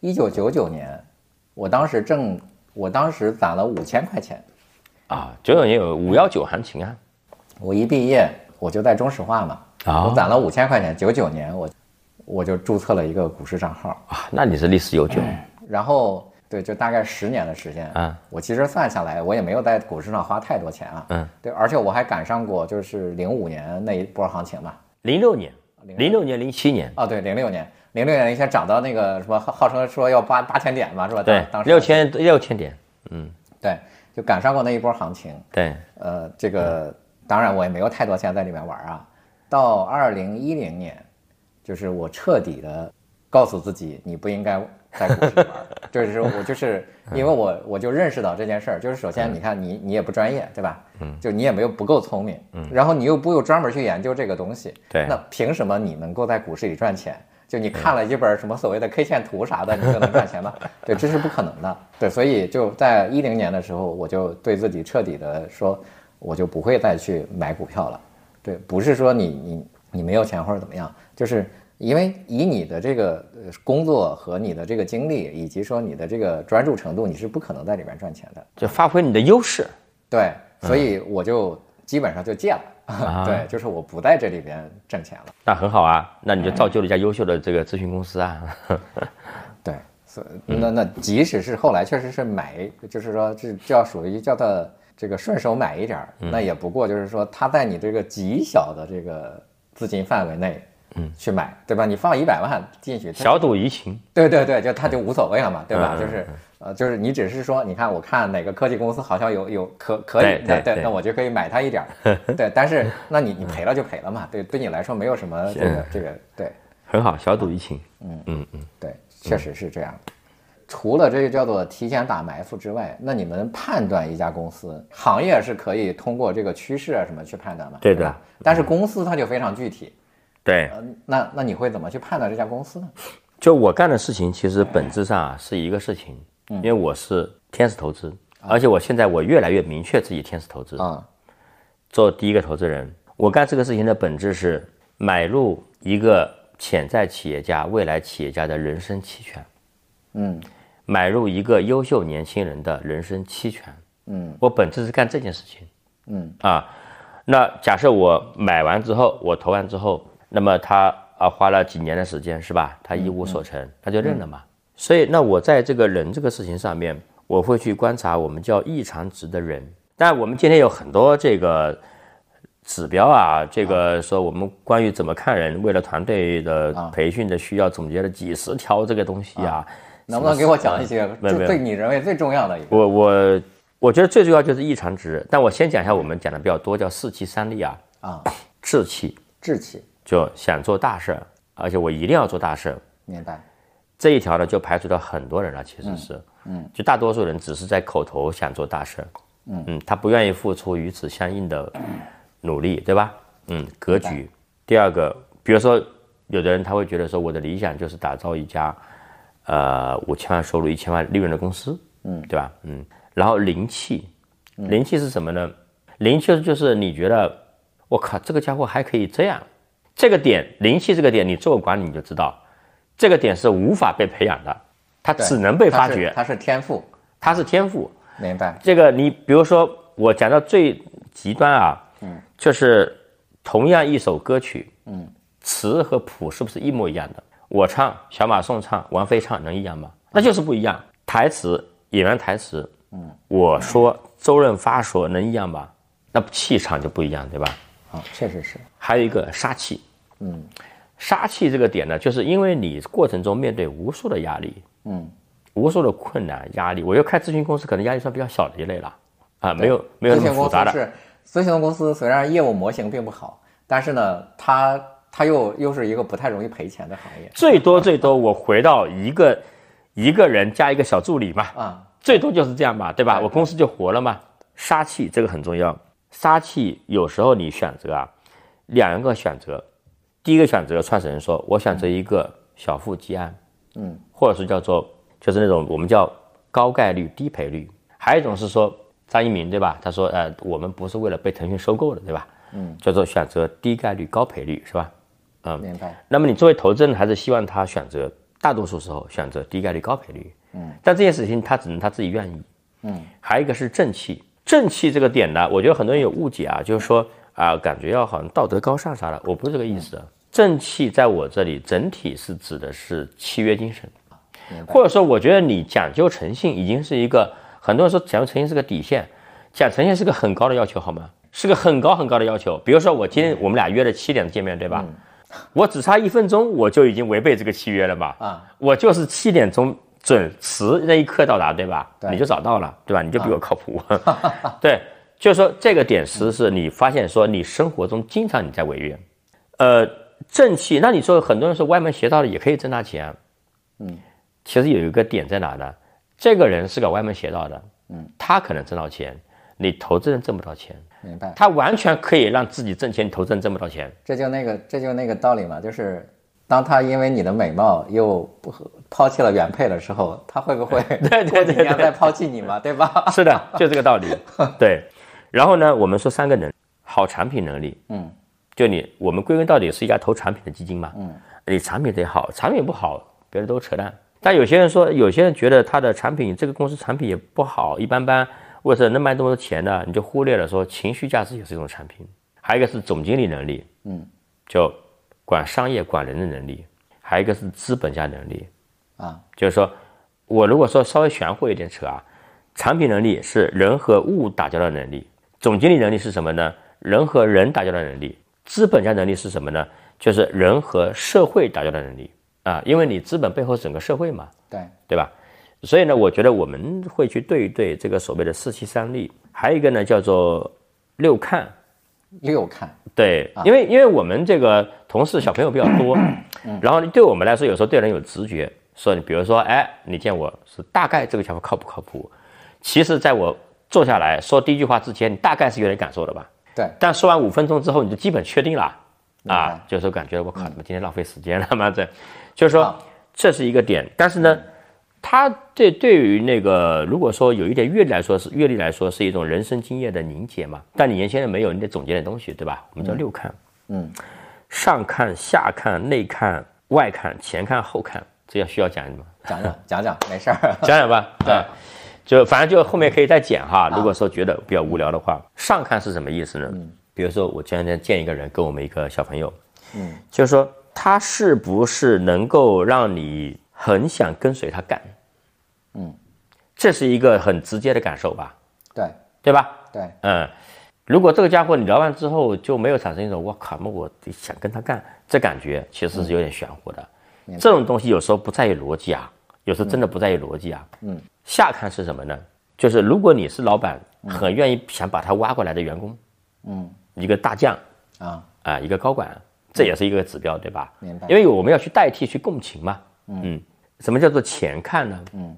Speaker 2: 一九九九年，我当时挣，我当时攒了五千块钱，
Speaker 1: 啊，九九年有五幺九行情啊，
Speaker 2: 我一毕业我就在中石化嘛，
Speaker 1: 哦
Speaker 2: 我攒了五千块钱，九九年我我就注册了一个股市账号，
Speaker 1: 啊，那你是历史悠久，
Speaker 2: 然后对，就大概十年的时间
Speaker 1: 啊，
Speaker 2: 我其实算下来，我也没有在股市上花太多钱啊，
Speaker 1: 嗯，
Speaker 2: 对，而且我还赶上过就是零五年那一波行情嘛，
Speaker 1: 零六年、零六年、零七年，
Speaker 2: 哦，对，零六年，零六年一下涨到那个什么，号号称说要八八千点嘛，是吧？
Speaker 1: 啊对
Speaker 2: 当，当时
Speaker 1: 六，千六千点，
Speaker 2: 对，就赶上过那一波行情。
Speaker 1: 对，
Speaker 2: 呃，这个
Speaker 1: 嗯
Speaker 2: 当然我也没有太多钱在里面玩啊。到二零一零年，就是我彻底的告诉自己，你不应该在股市玩儿，就是我就是因为我我就认识到这件事儿，就是首先你看你你也不专业，对吧？嗯，就你也没有不够聪明，嗯，然后你又不有专门去研究这个东西，
Speaker 1: 对
Speaker 2: 那凭什么你能够在股市里赚钱？就你看了一本什么所谓的 K 线图啥 的，你就能赚钱吗？对，这是不可能的。对，所以就在一零年的时候，我就对自己彻底的说，我就不会再去买股票了。对，不是说你你你没有钱或者怎么样，就是因为以你的这个呃工作和你的这个精力，以及说你的这个专注程度，你是不可能在里面赚钱的。
Speaker 1: 就发挥你的优势。
Speaker 2: 对，所以我就基本上就戒了。 对，就是我不在这里边挣钱了。
Speaker 1: 那很好啊，那你就造就了一家优秀的这个咨询公司啊。
Speaker 2: 对，嗯所以那那即使是后来确实是买，就是说这叫属于叫它这个顺手买一点儿，那也不过就是说它在你这个极小的这个资金范围内，嗯，去买，对吧？你放一百万进去，它
Speaker 1: 小赌怡情，
Speaker 2: 对对对，就他就无所谓了
Speaker 1: 嗯
Speaker 2: 嘛，对吧？就是呃，就是你只是说，你看我看哪个科技公司好像有有可可以
Speaker 1: 对，
Speaker 2: 那
Speaker 1: 对对
Speaker 2: 那我就可以买它一点 儿，对。但是那你你赔了就赔了嘛，对，对你来说没有什么这个这个对
Speaker 1: 很好，小赌怡情。
Speaker 2: 对，
Speaker 1: 嗯
Speaker 2: 确实是这样。除了这个叫做提前打埋伏之外，那你们判断一家公司行业是可以通过这个趋势啊什么去判断嘛？
Speaker 1: 对的嗯
Speaker 2: 吧？但是公司它就非常具体，
Speaker 1: 对，
Speaker 2: 呃，那那你会怎么去判断这家公司呢？
Speaker 1: 就我干的事情，其实本质上啊是一个事情，因为我是天使投资，而且我现在我越来越明确自己天使投资，
Speaker 2: 啊、
Speaker 1: 做第一个投资人。我干这个事情的本质是买入一个潜在企业家、未来企业家的人生期权，
Speaker 2: 嗯，
Speaker 1: 买入一个优秀年轻人的人生期权。
Speaker 2: 嗯，
Speaker 1: 我本质是干这件事情。
Speaker 2: 嗯
Speaker 1: 啊，那假设我买完之后，我投完之后，那么他啊花了几年的时间是吧？他一无所成，
Speaker 2: 嗯
Speaker 1: 他就认了嘛。所以，那我在这个人这个事情上面，我会去观察我们叫异常值的人。但我们今天有很多这个指标啊，这个说我们关于怎么看人，为了团队的培训的需要，总结了几十条这个东西啊。
Speaker 2: 能不能给我讲一些
Speaker 1: 呃没有
Speaker 2: 就
Speaker 1: 没有
Speaker 2: 对你认为最重要的一个？
Speaker 1: 我我我觉得最重要就是异常值，但我先讲一下我们讲的比较多叫四气三力啊
Speaker 2: 啊，
Speaker 1: 志气
Speaker 2: 志气，
Speaker 1: 就想做大事儿，而且我一定要做大事儿
Speaker 2: 明白？
Speaker 1: 这一条呢就排除掉很多人了，其实是，嗯，就大多数人只是在口头想做大事儿，嗯他不愿意付出与此相应的努力，对吧？嗯，格局。第二个，比如说有的人他会觉得说我的理想就是打造一家，呃，五千万收入、一千万利润的公司，嗯，对吧？嗯，然后灵气，灵气是什么呢？灵气就是你觉得，我靠，这个家伙还可以这样，这个点灵气这个点，你做管理你就知道，这个点是无法被培养的，它
Speaker 2: 对
Speaker 1: 只能被发
Speaker 2: 它是
Speaker 1: 掘，
Speaker 2: 它是天赋，
Speaker 1: 它是天赋。
Speaker 2: 明白？
Speaker 1: 这个你比如说，我讲到最极端啊，嗯，就是同样一首歌曲，嗯，词和谱是不是一模一样的？我唱，小马宋唱，王菲唱，能一样吗？那就是不一样。台词，演员台词，嗯，我说，周润发说，能一样吗？那气场就不一样，对吧？
Speaker 2: 啊，确实是，
Speaker 1: 还有一个杀气，嗯，杀气这个点呢，就是因为你过程中面对无数的压力，嗯，无数的困难压力，我又开咨询公司，可能压力算比较小的一类了，啊，没有没有
Speaker 2: 咨
Speaker 1: 那么
Speaker 2: 询公
Speaker 1: 复杂
Speaker 2: 司
Speaker 1: 的，
Speaker 2: 是咨询公司，虽然业务模型并不好，但是呢，它它又又是一个不太容易赔钱的行业
Speaker 1: 最多最多我回到一个一个人加一个小助理嘛，
Speaker 2: 啊。
Speaker 1: 最多就是这样吧，对吧？我公司就活了嘛。杀气这个很重要，杀气有时候你选择啊，两个选择，第一个选择创始人说，我选择一个小富即安，嗯，或者是叫做就是那种我们叫高概率低赔率，还有一种是说张一鸣对吧？他说呃，我们不是为了被腾讯收购的对吧？嗯，叫做选择低概率高赔率是吧？嗯
Speaker 2: 明白，
Speaker 1: 那么你作为投资人，还是希望他选择大多数时候选择低概率高赔率。嗯，但这件事情他只能他自己愿意。嗯，还有一个是正气，正气这个点呢，我觉得很多人有误解啊，就是说啊、感觉要好像道德高尚啥的，我不是这个意思。啊正气在我这里整体是指的是契约精神，或者说我觉得你讲究诚信已经是一个很多人说讲究诚信是个底线，讲诚信是个很高的要求，好吗？是个很高很高的要求。比如说我今天我们俩约了七点见面，对吧？我只差一分钟，我就已经违背这个契约了嘛。
Speaker 2: 啊，
Speaker 1: 我就是七点钟准时那一刻到达，对吧？
Speaker 2: 对
Speaker 1: 你就找到了，对吧？你就比我靠谱。 对，就是说这个点实是你发现说你生活中经常你在违约，呃，正气。那你说很多人说歪门邪道的也可以挣大钱，嗯，其实有一个点在哪呢？这个人是个歪门邪道的，嗯，他可能挣到钱，你投资人挣不到钱，
Speaker 2: 明白，
Speaker 1: 他完全可以让自己挣钱，你投资人挣不到钱。
Speaker 2: 这就那个，这就那个道理嘛，就是当他因为你的美貌又不和抛弃了原配的时候，他会不会
Speaker 1: 对对对
Speaker 2: 过几年再抛弃你嘛，对吧？
Speaker 1: 是 的，就这个道理。对，然后呢，我们说三个能，好产品能力，嗯，就你我们归根到底是一家投产品的基金嘛，嗯，你产品得好，产品不好，别人都扯淡。但有些人说，有些人觉得他的产品，这个公司产品也不好，一般般，为什么能卖这么多钱呢？你就忽略了说情绪价值也是一种产品，还有一个是总经理能力，嗯，就管商业管人的能力，还有一个是资本家能力，
Speaker 2: 啊，
Speaker 1: 就是说我如果说稍微玄乎一点扯啊，产品能力是人和物打交道的能力，总经理能力是什么呢？人和人打交道的能力，资本家能力是什么呢？就是人和社会打交道的能力啊，因为你资本背后整个社会嘛，
Speaker 2: 对，
Speaker 1: 对吧？所以呢，我觉得我们会去对一对这个所谓的四七三力，还有一个呢叫做六看，
Speaker 2: 六看，
Speaker 1: 对，因为因为我们这个同事小朋友比较多， 然后对我们来说，有时候对人有直觉，说你比如说，哎，你见我是大概这个小伙靠不靠谱？其实在我坐下来说第一句话之前，你大概是有点感受的吧？
Speaker 2: 对，
Speaker 1: 但说完五分钟之后，你就基本确定了
Speaker 2: 明
Speaker 1: 啊
Speaker 2: 白，
Speaker 1: 就是说感觉我靠，怎么今天浪费时间了 妈这，就是说这是一个点，但是
Speaker 2: 嗯
Speaker 1: 呢，它这对于那个如果说有一点阅历来说是阅历来说是一种人生经验的凝结嘛，但你原先的没有，你得总结点东西，对吧？我们叫六看，
Speaker 2: 嗯，
Speaker 1: 上看、下看、内看、外看、前看、后看，这要需要讲吗？
Speaker 2: 讲讲讲讲，没事儿，
Speaker 1: 讲讲吧，啊，就反正就后面可以再剪哈。如果说觉得比较无聊的话，上看是什么意思呢？比如说我前两天见一个人，跟我们一个小朋友，嗯，就是说他是不是能够让你很想跟随他干，嗯，这是一个很直接的感受吧，
Speaker 2: 对
Speaker 1: 对吧？
Speaker 2: 对，
Speaker 1: 嗯，如果这个家伙你聊完之后就没有产生一种我靠，那我得想跟他干这感觉，其实是有点玄乎的。这种东西有时候不在于逻辑啊，有时候真的不在于逻辑啊。嗯，下看是什么呢？就是如果你是老板，很愿意想把他挖过来的员工，
Speaker 2: 嗯，
Speaker 1: 一个大将
Speaker 2: 啊，
Speaker 1: 啊、一个高管，这也是一个指标，对吧？
Speaker 2: 明白
Speaker 1: 因为我们要去代替去共情嘛。嗯，什么叫做前看呢？嗯，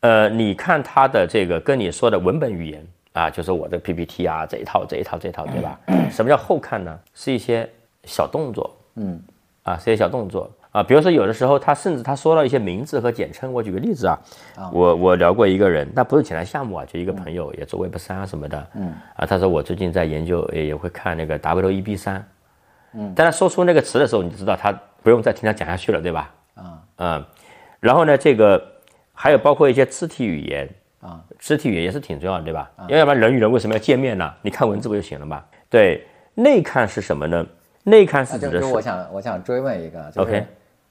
Speaker 1: 呃，你看他的这个跟你说的文本语言啊，就是我的 PPT 啊这一套这一套这一套，对吧？什么叫后看呢？是一些小动作，
Speaker 2: 嗯，
Speaker 1: 啊，是一些小动作啊，比如说有的时候他甚至他说到一些名字和简称，我举个例子啊，我我聊过一个人，那不是简单项目啊，就一个朋友也做 Web 三啊什么的，嗯，啊，他说我最近在研究也也会看那个 WEB 三，嗯，但他说出那个词的时候，你就知道他不用再听他讲下去了，对吧？
Speaker 2: 啊，
Speaker 1: 嗯，然后呢，这个还有包括一些肢体语言
Speaker 2: 啊，
Speaker 1: 肢体语言也是挺重要的，对吧？因为要不然人与人为什么要见面呢？你看文字不就行了嘛？对，内看是什么呢？内看是
Speaker 2: 那
Speaker 1: 指
Speaker 2: 啊就
Speaker 1: 的
Speaker 2: 就是我想我想追问一个，就是
Speaker 1: OK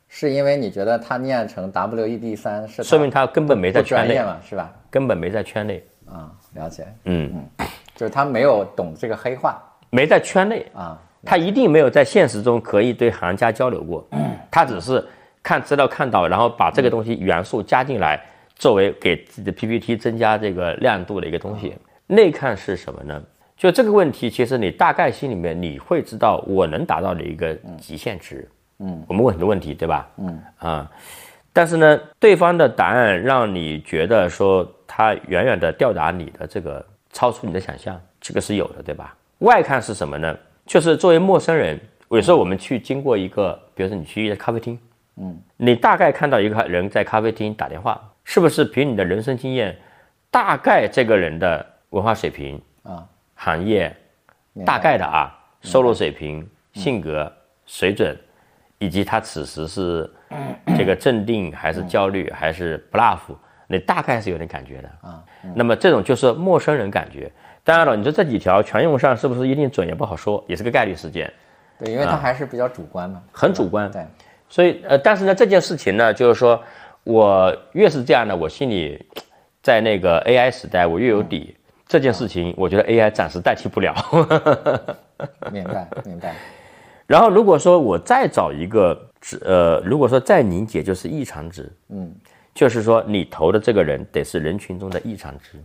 Speaker 2: 是因为你觉得他念成 W E D 三是
Speaker 1: 说
Speaker 2: 他
Speaker 1: 明他根本没在
Speaker 2: 不
Speaker 1: 圈
Speaker 2: 专
Speaker 1: 内
Speaker 2: 业，嘛，是吧？
Speaker 1: 根本没在圈内，
Speaker 2: 啊，了解，
Speaker 1: 嗯，
Speaker 2: 就是他没有懂这个黑话
Speaker 1: 没在圈内，
Speaker 2: 啊，
Speaker 1: 他一定没有在现实中可以对行家交流过，他只是看资料看到，然后把这个东西元素加进来，作为给自己的 PPT 增加这个亮度的一个东西。内看是什么呢？就这个问题，其实你大概心里面你会知道我能达到的一个极限值。嗯，我们问很多问题，对吧？嗯啊，但是呢，对方的答案让你觉得说他远远的吊打你的这个超出你的想象，这个是有的，对吧？外看是什么呢？就是作为陌生人，有时候我们去经过一个，比如说你去一个咖啡厅，嗯，你大概看到一个人在咖啡厅打电话，是不是凭你的人生经验，大概这个人的文化水平
Speaker 2: 啊、
Speaker 1: 行业
Speaker 2: 明白嗯
Speaker 1: 大概的啊，收入水平、性格、水准，以及他此时是这个镇定还是焦虑还是 bluff，你大概是有点感觉的啊。那么这种就是陌生人感觉。当然了，你说这几条全用上是不是一定准也不好说，也是个概率事件，
Speaker 2: 对，因为他还是比较主观嘛，
Speaker 1: 很主观。
Speaker 2: 对，
Speaker 1: 所以呃，但是呢，这件事情呢，就是说我越是这样呢，我心里在那个 AI 时代我越有底。这件事情，我觉得 AI 暂时代替不了。
Speaker 2: 明白明白，
Speaker 1: 然后如果说我再找一个值，呃，如果说再凝结就是异常值，嗯，就是说你投的这个人得是人群中的异常值。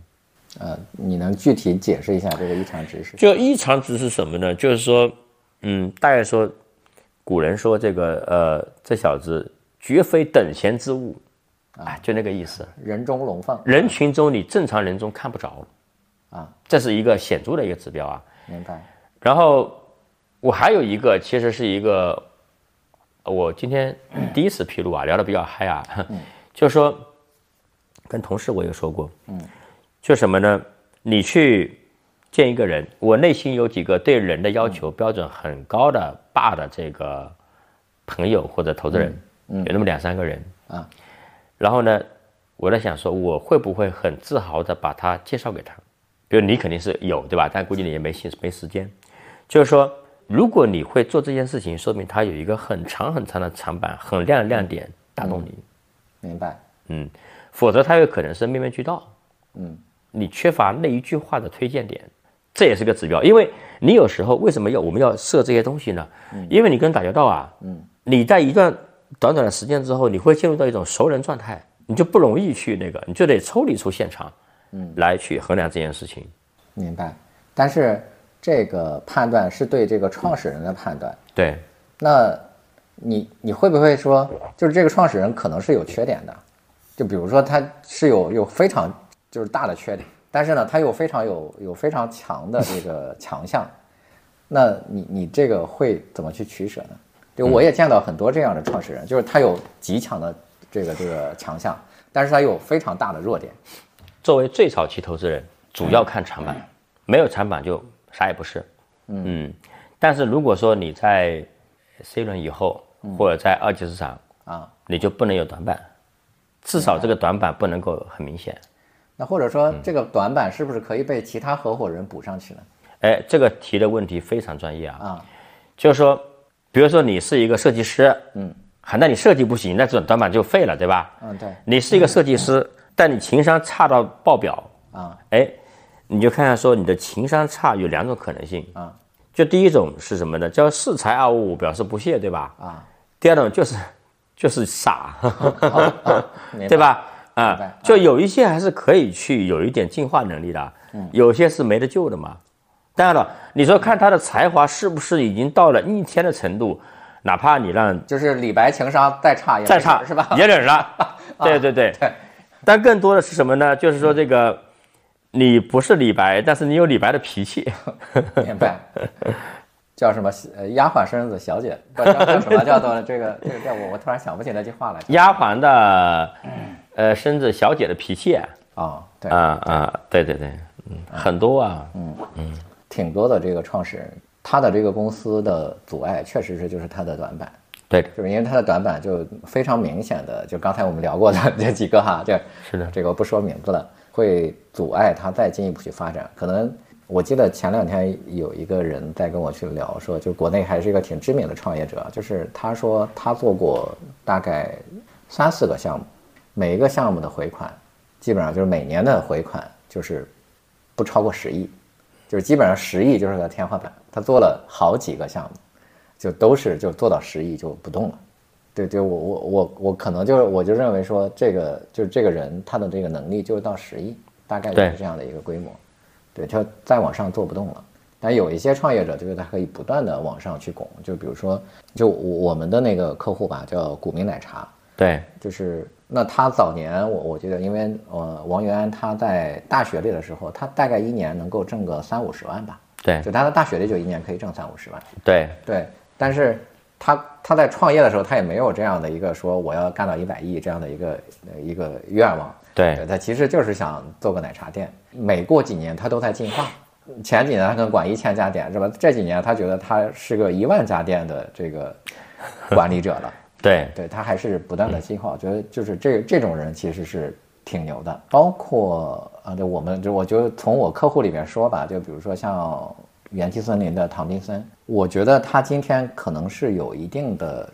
Speaker 2: 呃，你能具体解释一下这个异常值是？
Speaker 1: 就异常值是什么呢？就是说，嗯，大概说，古人说这个呃，这小子绝非等闲之物，啊，就那个意思。
Speaker 2: 人中龙凤，
Speaker 1: 人群中你正常人中看不着，
Speaker 2: 啊，
Speaker 1: 这是一个显著的一个指标啊。
Speaker 2: 明白
Speaker 1: 然后我还有一个，其实是一个呃我今天第一次披露啊，聊得比较嗨啊， 就是说跟同事我也说过，嗯，就什么呢？你去见一个人，我内心有几个对人的要求标准很高的爸的这个朋友或者投资人，有那么两三个人
Speaker 2: 啊。
Speaker 1: 然后呢，我在想说，我会不会很自豪的把他介绍给他？比如你肯定是有对吧？但估计你也没心没时间。就是说，如果你会做这件事情，说明他有一个很长很长的长板，很亮的亮点打动你。
Speaker 2: 明白，
Speaker 1: 嗯，否则它有可能是面面俱到。嗯，你缺乏那一句话的推荐点，这也是个指标。因为你有时候为什么要我们要设这些东西呢？因为你跟人打交道啊，嗯，你在一段短短的时间之后，你会进入到一种熟人状态，你就不容易去那个，你就得抽离出现场，嗯，来去衡量这件事情。
Speaker 2: 明白。但是这个判断是对这个创始人的判断，
Speaker 1: 对，
Speaker 2: 那你你会不会说，就是这个创始人可能是有缺点的，就比如说他是有有非常就是大的缺点，但是呢，他又非常有有非常强的这个强项，那你你这个会怎么去取舍呢？就我也见到很多这样的创始人，就是他有极强的这个这个强项，但是他有非常大的弱点。
Speaker 1: 作为最早期投资人，主要看长板，没有长板就啥也不是。嗯，但是如果说你在 C 轮以后，或者在二级市场
Speaker 2: 啊，
Speaker 1: 你就不能有短板，至少这个短板不能够很明显。
Speaker 2: 那或者说这个短板是不是可以被其他合伙人补上去呢？
Speaker 1: 哎，这个提的问题非常专业啊。
Speaker 2: 啊，
Speaker 1: 就是说，比如说你是一个设计师，嗯，好，那你设计不行，那这种短板就废了，对吧？
Speaker 2: 嗯，对，
Speaker 1: 你是一个设计师，但你情商差到爆表
Speaker 2: 啊，
Speaker 1: 哎，你就看看说你的情商差有两种可能性
Speaker 2: 啊，
Speaker 1: 就第一种是什么呢？叫恃才傲物，表示不屑，对吧？
Speaker 2: 啊，
Speaker 1: 第二种就是就是 傻，
Speaker 2: 明
Speaker 1: 对吧？
Speaker 2: 明白
Speaker 1: 啊，就有一些还是可以去有一点进化能力的，
Speaker 2: 嗯
Speaker 1: 有些是没得救的嘛。当然了，你说看他的才华是不是已经到了逆天的程度，哪怕你让
Speaker 2: 就是李白情商再差也
Speaker 1: 再
Speaker 2: 没
Speaker 1: 差
Speaker 2: 事儿是吧？
Speaker 1: 也忍了。对对对
Speaker 2: 对。
Speaker 1: 但更多的是什么呢？就是说这个，你不是李白，但是你有李白的脾气。
Speaker 2: 明白。叫什么？呃，丫鬟身子小姐，不叫叫什么？叫做这个这个叫我我突然想不起那句话来
Speaker 1: 丫鬟的，呃，身子小姐的脾气啊
Speaker 2: 哦，对，
Speaker 1: 啊，对对对，嗯，很多啊，
Speaker 2: 挺多的这个创始人，他的这个公司的阻碍确实是就是他的短板，
Speaker 1: 对的，
Speaker 2: 就是因为他的短板就非常明显的，就刚才我们聊过的 这几个哈，这
Speaker 1: 是的，
Speaker 2: 这个不说名字了，会阻碍他再进一步去发展。可能我记得前两天有一个人在跟我去聊说，就国内还是一个挺知名的创业者，就是他说他做过大概三四个项目，每一个项目的回款基本上就是每年的回款就是不超过十亿，就是基本上十亿就是个天花板。他做了好几个项目，就都是就做到十亿就不动了。对对，我我我我可能就是我就认为说这个就是这个人他的这个能力就是到十亿，大概就
Speaker 1: 对
Speaker 2: 是这样的一个规模，对，他再往上做不动了。但有一些创业者就是他可以不断的往上去拱，就比如说就我我们的那个客户吧，叫古茗奶茶，
Speaker 1: 对，
Speaker 2: 就是那他早年我我觉得，因为呃王源安他在大学里的时候，他大概一年能够挣个三五十万吧，
Speaker 1: 对
Speaker 2: 就，他在大学里就一年可以挣三五十万，
Speaker 1: 对，
Speaker 2: 对，但是他他在创业的时候，他也没有这样的一个说我要干到一百亿这样的一个呃一个愿望。
Speaker 1: 对，
Speaker 2: 他其实就是想做个奶茶店，每过几年他都在进化。前几年他可能管一千家店是吧？这几年他觉得他是个一万家店的这个管理者了。
Speaker 1: 对，
Speaker 2: 对他还是不断
Speaker 1: 嗯
Speaker 2: 的进化。我觉得就是这这种人其实是挺牛的，包括啊，对我们就我就从我客户里面说吧，就比如说像元气森林的唐金森，我觉得他今天可能是有一定的。嗯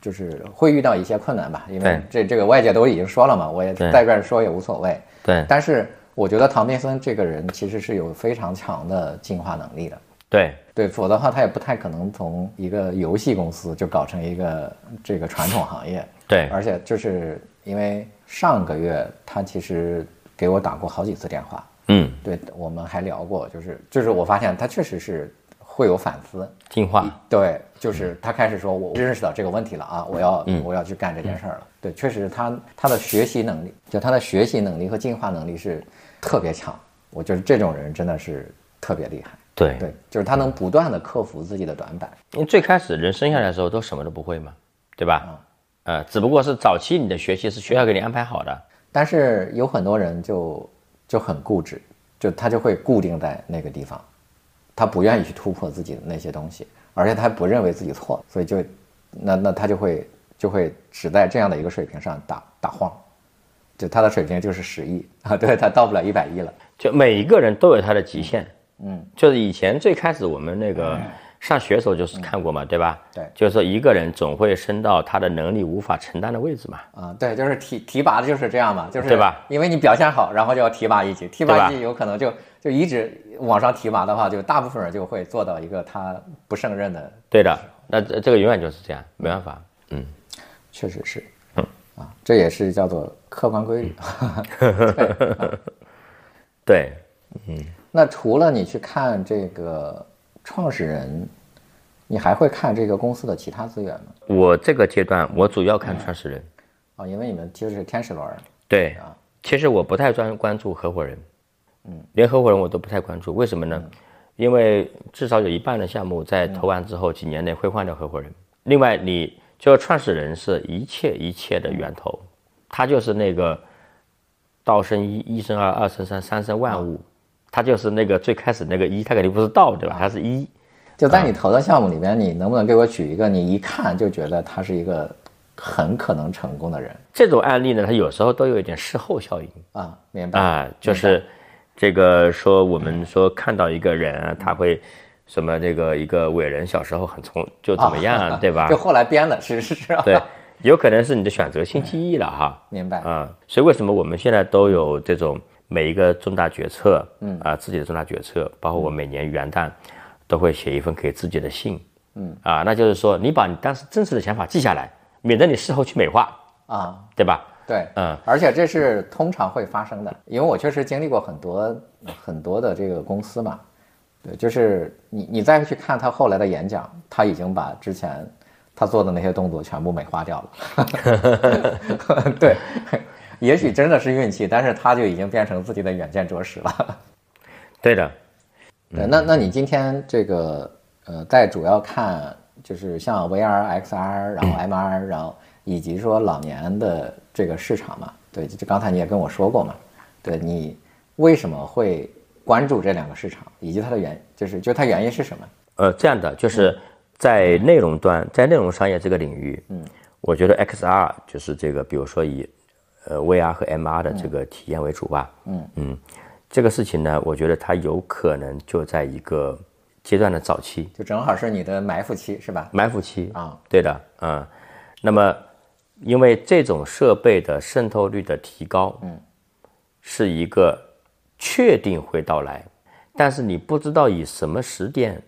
Speaker 2: 就是会遇到一些困难吧，因为
Speaker 1: 对
Speaker 2: 这这个外界都已经说了嘛，我也
Speaker 1: 对
Speaker 2: 在这儿说也无所谓。
Speaker 1: 对，
Speaker 2: 但是我觉得唐金森这个人其实是有非常强的进化能力的，
Speaker 1: 对，
Speaker 2: 对，否则的话他也不太可能从一个游戏公司就搞成一个这个传统行业。
Speaker 1: 对，
Speaker 2: 而且就是因为上个月他其实给我打过好几次电话，
Speaker 1: 嗯，
Speaker 2: 对我们还聊过，就是就是我发现他确实是会有反思，
Speaker 1: 进化，
Speaker 2: 对，就是他开始说我认识到这个问题了啊，我要我要去干这件事儿了。对，确实他他的学习能力，就他的学习能力和进化能力是特别强，我觉得这种人真的是特别厉害。
Speaker 1: 对，
Speaker 2: 对，就是他能不断的克服自己的短板。
Speaker 1: 因为最开始人生下来的时候都什么都不会嘛，对吧？呃，只不过是早期你的学习是学校给你安排好的，
Speaker 2: 但是有很多人就就很固执，就就他就会固定在那个地方，他不愿意去突破自己的那些东西，而且他不认为自己错，所以就那那他就会就会只在这样的一个水平上打打晃，就他的水平就是十亿 啊，对他到不了一百亿了。
Speaker 1: 就每一个人都有他的极限，
Speaker 2: 嗯，
Speaker 1: 就是以前最开始我们那个上学的时候就是看过嘛，对吧？
Speaker 2: 嗯对
Speaker 1: 就是说一个人总会升到他的能力无法承担的位置嘛。
Speaker 2: 啊，对，就是提提拔的就是这样嘛，就是
Speaker 1: 对吧？
Speaker 2: 因为你表现好，然后就要提拔一级，提
Speaker 1: 对
Speaker 2: 拔
Speaker 1: 吧
Speaker 2: 一级有可能就就一直往上提拔的话，就大部分人就会做到一个他不胜任的，
Speaker 1: 对的，那这这个永远就是这样，没办法。嗯，
Speaker 2: 确实是，啊，这也是叫做客观规律。
Speaker 1: 嗯对，
Speaker 2: 那除了你去看这个创始人，你还会看这个公司的其他资源吗？
Speaker 1: 我这个阶段我主要
Speaker 2: 嗯
Speaker 1: 看创始人，
Speaker 2: 啊、因为你们就是天使轮儿，
Speaker 1: 对，其实我不太专关注合伙人，嗯，连合伙人我都不太关注，为什么呢？因为至少有一半的项目在投完之后几年内会换掉合伙人。另外，你就创始人是一切一切的源头，他就是那个道生一，一生二，二生三，三生万物，他就是那个最开始那个一，他肯定不是道，对吧？他是一，
Speaker 2: 就
Speaker 1: 啊
Speaker 2: 在你投的项目里边，你能不能给我举一个你一看就觉得他是一个很可能成功的人
Speaker 1: 这种案例呢，它有时候都有一点事后效应
Speaker 2: 啊？明白？
Speaker 1: 啊，就是这个说我们说看到一个人啊，
Speaker 2: 嗯
Speaker 1: 他会什么这个一个伟人小时候很从就怎么样，对吧
Speaker 2: 啊就？后来编的，是是是啊，
Speaker 1: 对，有可能是你的选择性记忆了哈。
Speaker 2: 明白。
Speaker 1: 啊、所以为什么我们现在都有这种每一个重大决策，嗯啊、自己的重大决策，
Speaker 2: 嗯
Speaker 1: 包括我每年元旦都会写一份给自己的信，嗯啊、那就是说你把你当时真实的想法记下来，免得你事后去美化，
Speaker 2: 啊，
Speaker 1: 对吧？
Speaker 2: 对，
Speaker 1: 嗯，
Speaker 2: 而且这是通常会发生的，因为我确实经历过很多很多的这个公司嘛，对，就是你你再去看他后来的演讲，他已经把之前他做的那些动作全部美化掉了，对，也许真的是运气，但是他就已经变成自己的远见卓识了。
Speaker 1: 对的，
Speaker 2: 对，那那你今天这个呃，在主要看就是像 VR、XR，然后 MR，然后以及说老年的这个市场嘛，对，就刚才你也跟我说过嘛，对你为什么会关注这两个市场，以及它的原就是就它原因是什么？
Speaker 1: 呃，这样的就是在内容端，在内容商业这个领域，嗯，我觉得 XR 就是这个，比如说以呃 VR 和 MR 的这个体验为主吧，嗯这个事情呢，我觉得它有可能就在一个阶段的早期
Speaker 2: 就正好是你的埋伏期是吧？
Speaker 1: 埋伏期
Speaker 2: 啊，
Speaker 1: 对的，嗯，那么因为这种设备的渗透率的提高，嗯，是一个确定会到来，但是你不知道以什么时点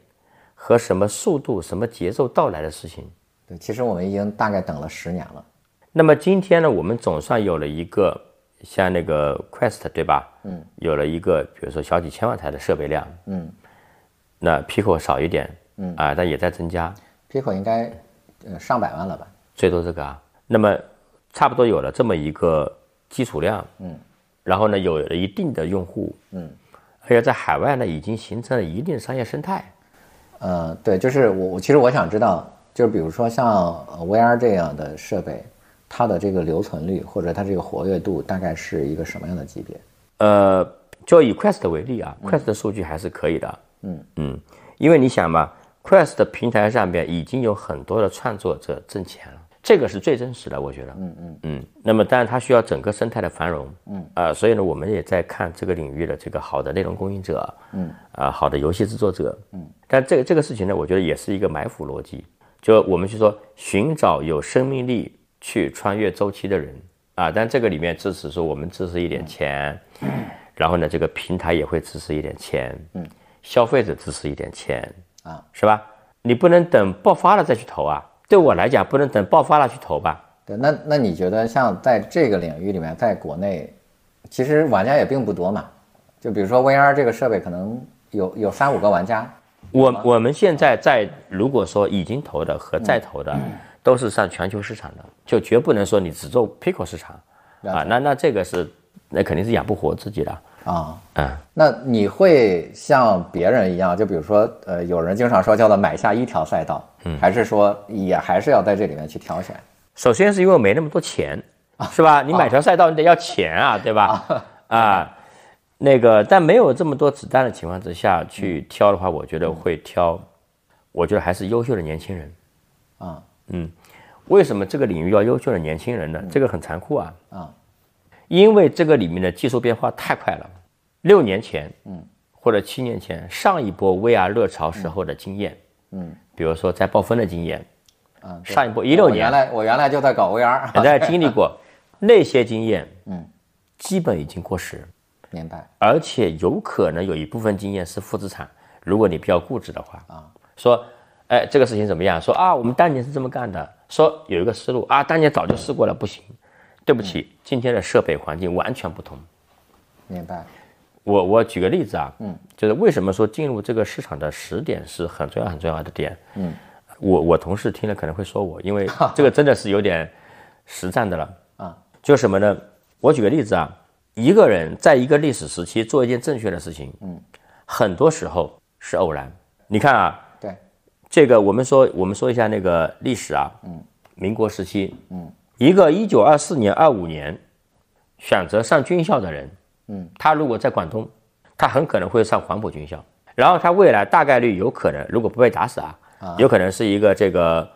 Speaker 1: 和什么速度、什么节奏到来的事情。
Speaker 2: 对，其实我们已经大概等了十年了，
Speaker 1: 那么今天呢，我们总算有了一个像那个 Quest 对吧？嗯，有了一个比如说小几千万台的设备量，嗯，那 Pico 少一点，嗯啊，但也在增加，
Speaker 2: ，Pico 应该呃上百万了吧？
Speaker 1: 最多这个啊。那么差不多有了这么一个基础量，嗯，然后呢，有了一定的用户，嗯，而且在海外呢，已经形成了一定的商业生态，
Speaker 2: 呃，对，就是我，我其实我想知道，就是比如说像呃 VR 这样的设备，它的这个留存率或者它这个活跃度大概是一个什么样的级别？
Speaker 1: 呃，就以 Quest 为例啊、q u e s t 的数据还是可以的。嗯嗯，因为你想嘛，Quest 的平台上面已经有很多的创作者挣钱了，这个是最真实的，我觉得。嗯嗯嗯。那么，当然它需要整个生态的繁荣。嗯啊、所以呢，我们也在看这个领域的这个好的内容供应者。嗯啊、好的游戏制作者。嗯，但这个这个事情呢，我觉得也是一个埋伏逻辑，就我们去说寻找有生命力去穿越周期的人。啊，但这个里面支持说我们支持一点钱，然后呢，这个平台也会支持一点钱，嗯，消费者支持一点钱
Speaker 2: 啊，
Speaker 1: 是吧？你不能等爆发了再去投啊。对我来讲，不能等爆发了去投吧。
Speaker 2: 对，那那你觉得像在这个领域里面，在国内，其实玩家也并不多嘛。就比如说 VR 这个设备，可能有有三五个玩家，
Speaker 1: 我我们现在在如果说已经投的和再投的，都是上全球市场的，就绝不能说你只做 Pico 市场啊。那那这个是那肯定是养不活自己的。
Speaker 2: 啊。
Speaker 1: 嗯，
Speaker 2: 那你会像别人一样，就比如说，呃，有人经常说叫做买下一条赛道，还是说也还是要在这里面去挑选？
Speaker 1: 首先是因为啊 我没那么多钱，是吧？你买条赛道你得要钱啊，对吧？啊，那个，但没有这么多子弹的情况之下去挑的话，我觉得会挑，我觉得还是优秀的年轻人。
Speaker 2: 啊，
Speaker 1: 嗯，为什么这个领域要优秀的年轻人呢？这个很残酷啊。
Speaker 2: 嗯啊，
Speaker 1: 因为这个里面的技术变化太快了。六年前，嗯，或者七年前，上一波 VR 热潮时候的经验，
Speaker 2: 嗯，
Speaker 1: 比如说在暴风的经验，
Speaker 2: 啊，对
Speaker 1: 上一波一六
Speaker 2: 我原
Speaker 1: 年，哎
Speaker 2: 来我原来就在搞 VR，
Speaker 1: 大家经历过那些经验，
Speaker 2: 嗯，
Speaker 1: 基本已经过时，
Speaker 2: 明白
Speaker 1: 而且有可能有一部分经验是负资产，如果你比较固执的话
Speaker 2: 啊，
Speaker 1: 说，哎，这个事情怎么样？说啊，我们当年是这么干的，说有一个思路啊，当年早就试过了，不行，对不
Speaker 2: 嗯
Speaker 1: 起，今天的设备环境完全不同。
Speaker 2: 明白，
Speaker 1: 我我举个例子啊，嗯，就是为什么说进入这个市场的时点是很重要很重要的点，嗯，我我同事听了可能会说我，因为 这个真的是有点实战的了
Speaker 2: 啊，
Speaker 1: 就是什么呢？我举个例子啊，一个人在一个历史时期做一件正确的事情，嗯，很多时候是偶然。你看啊，
Speaker 2: 对，
Speaker 1: 这个我们说，我们说一下那个历史啊，嗯，民国时期，嗯，一个一九二四年、二五年选择上军校的人，嗯，他如果在广东，他很可能会上黄埔军校，然后他未来大概率有可能，如果不被打死啊，有可能是一个这个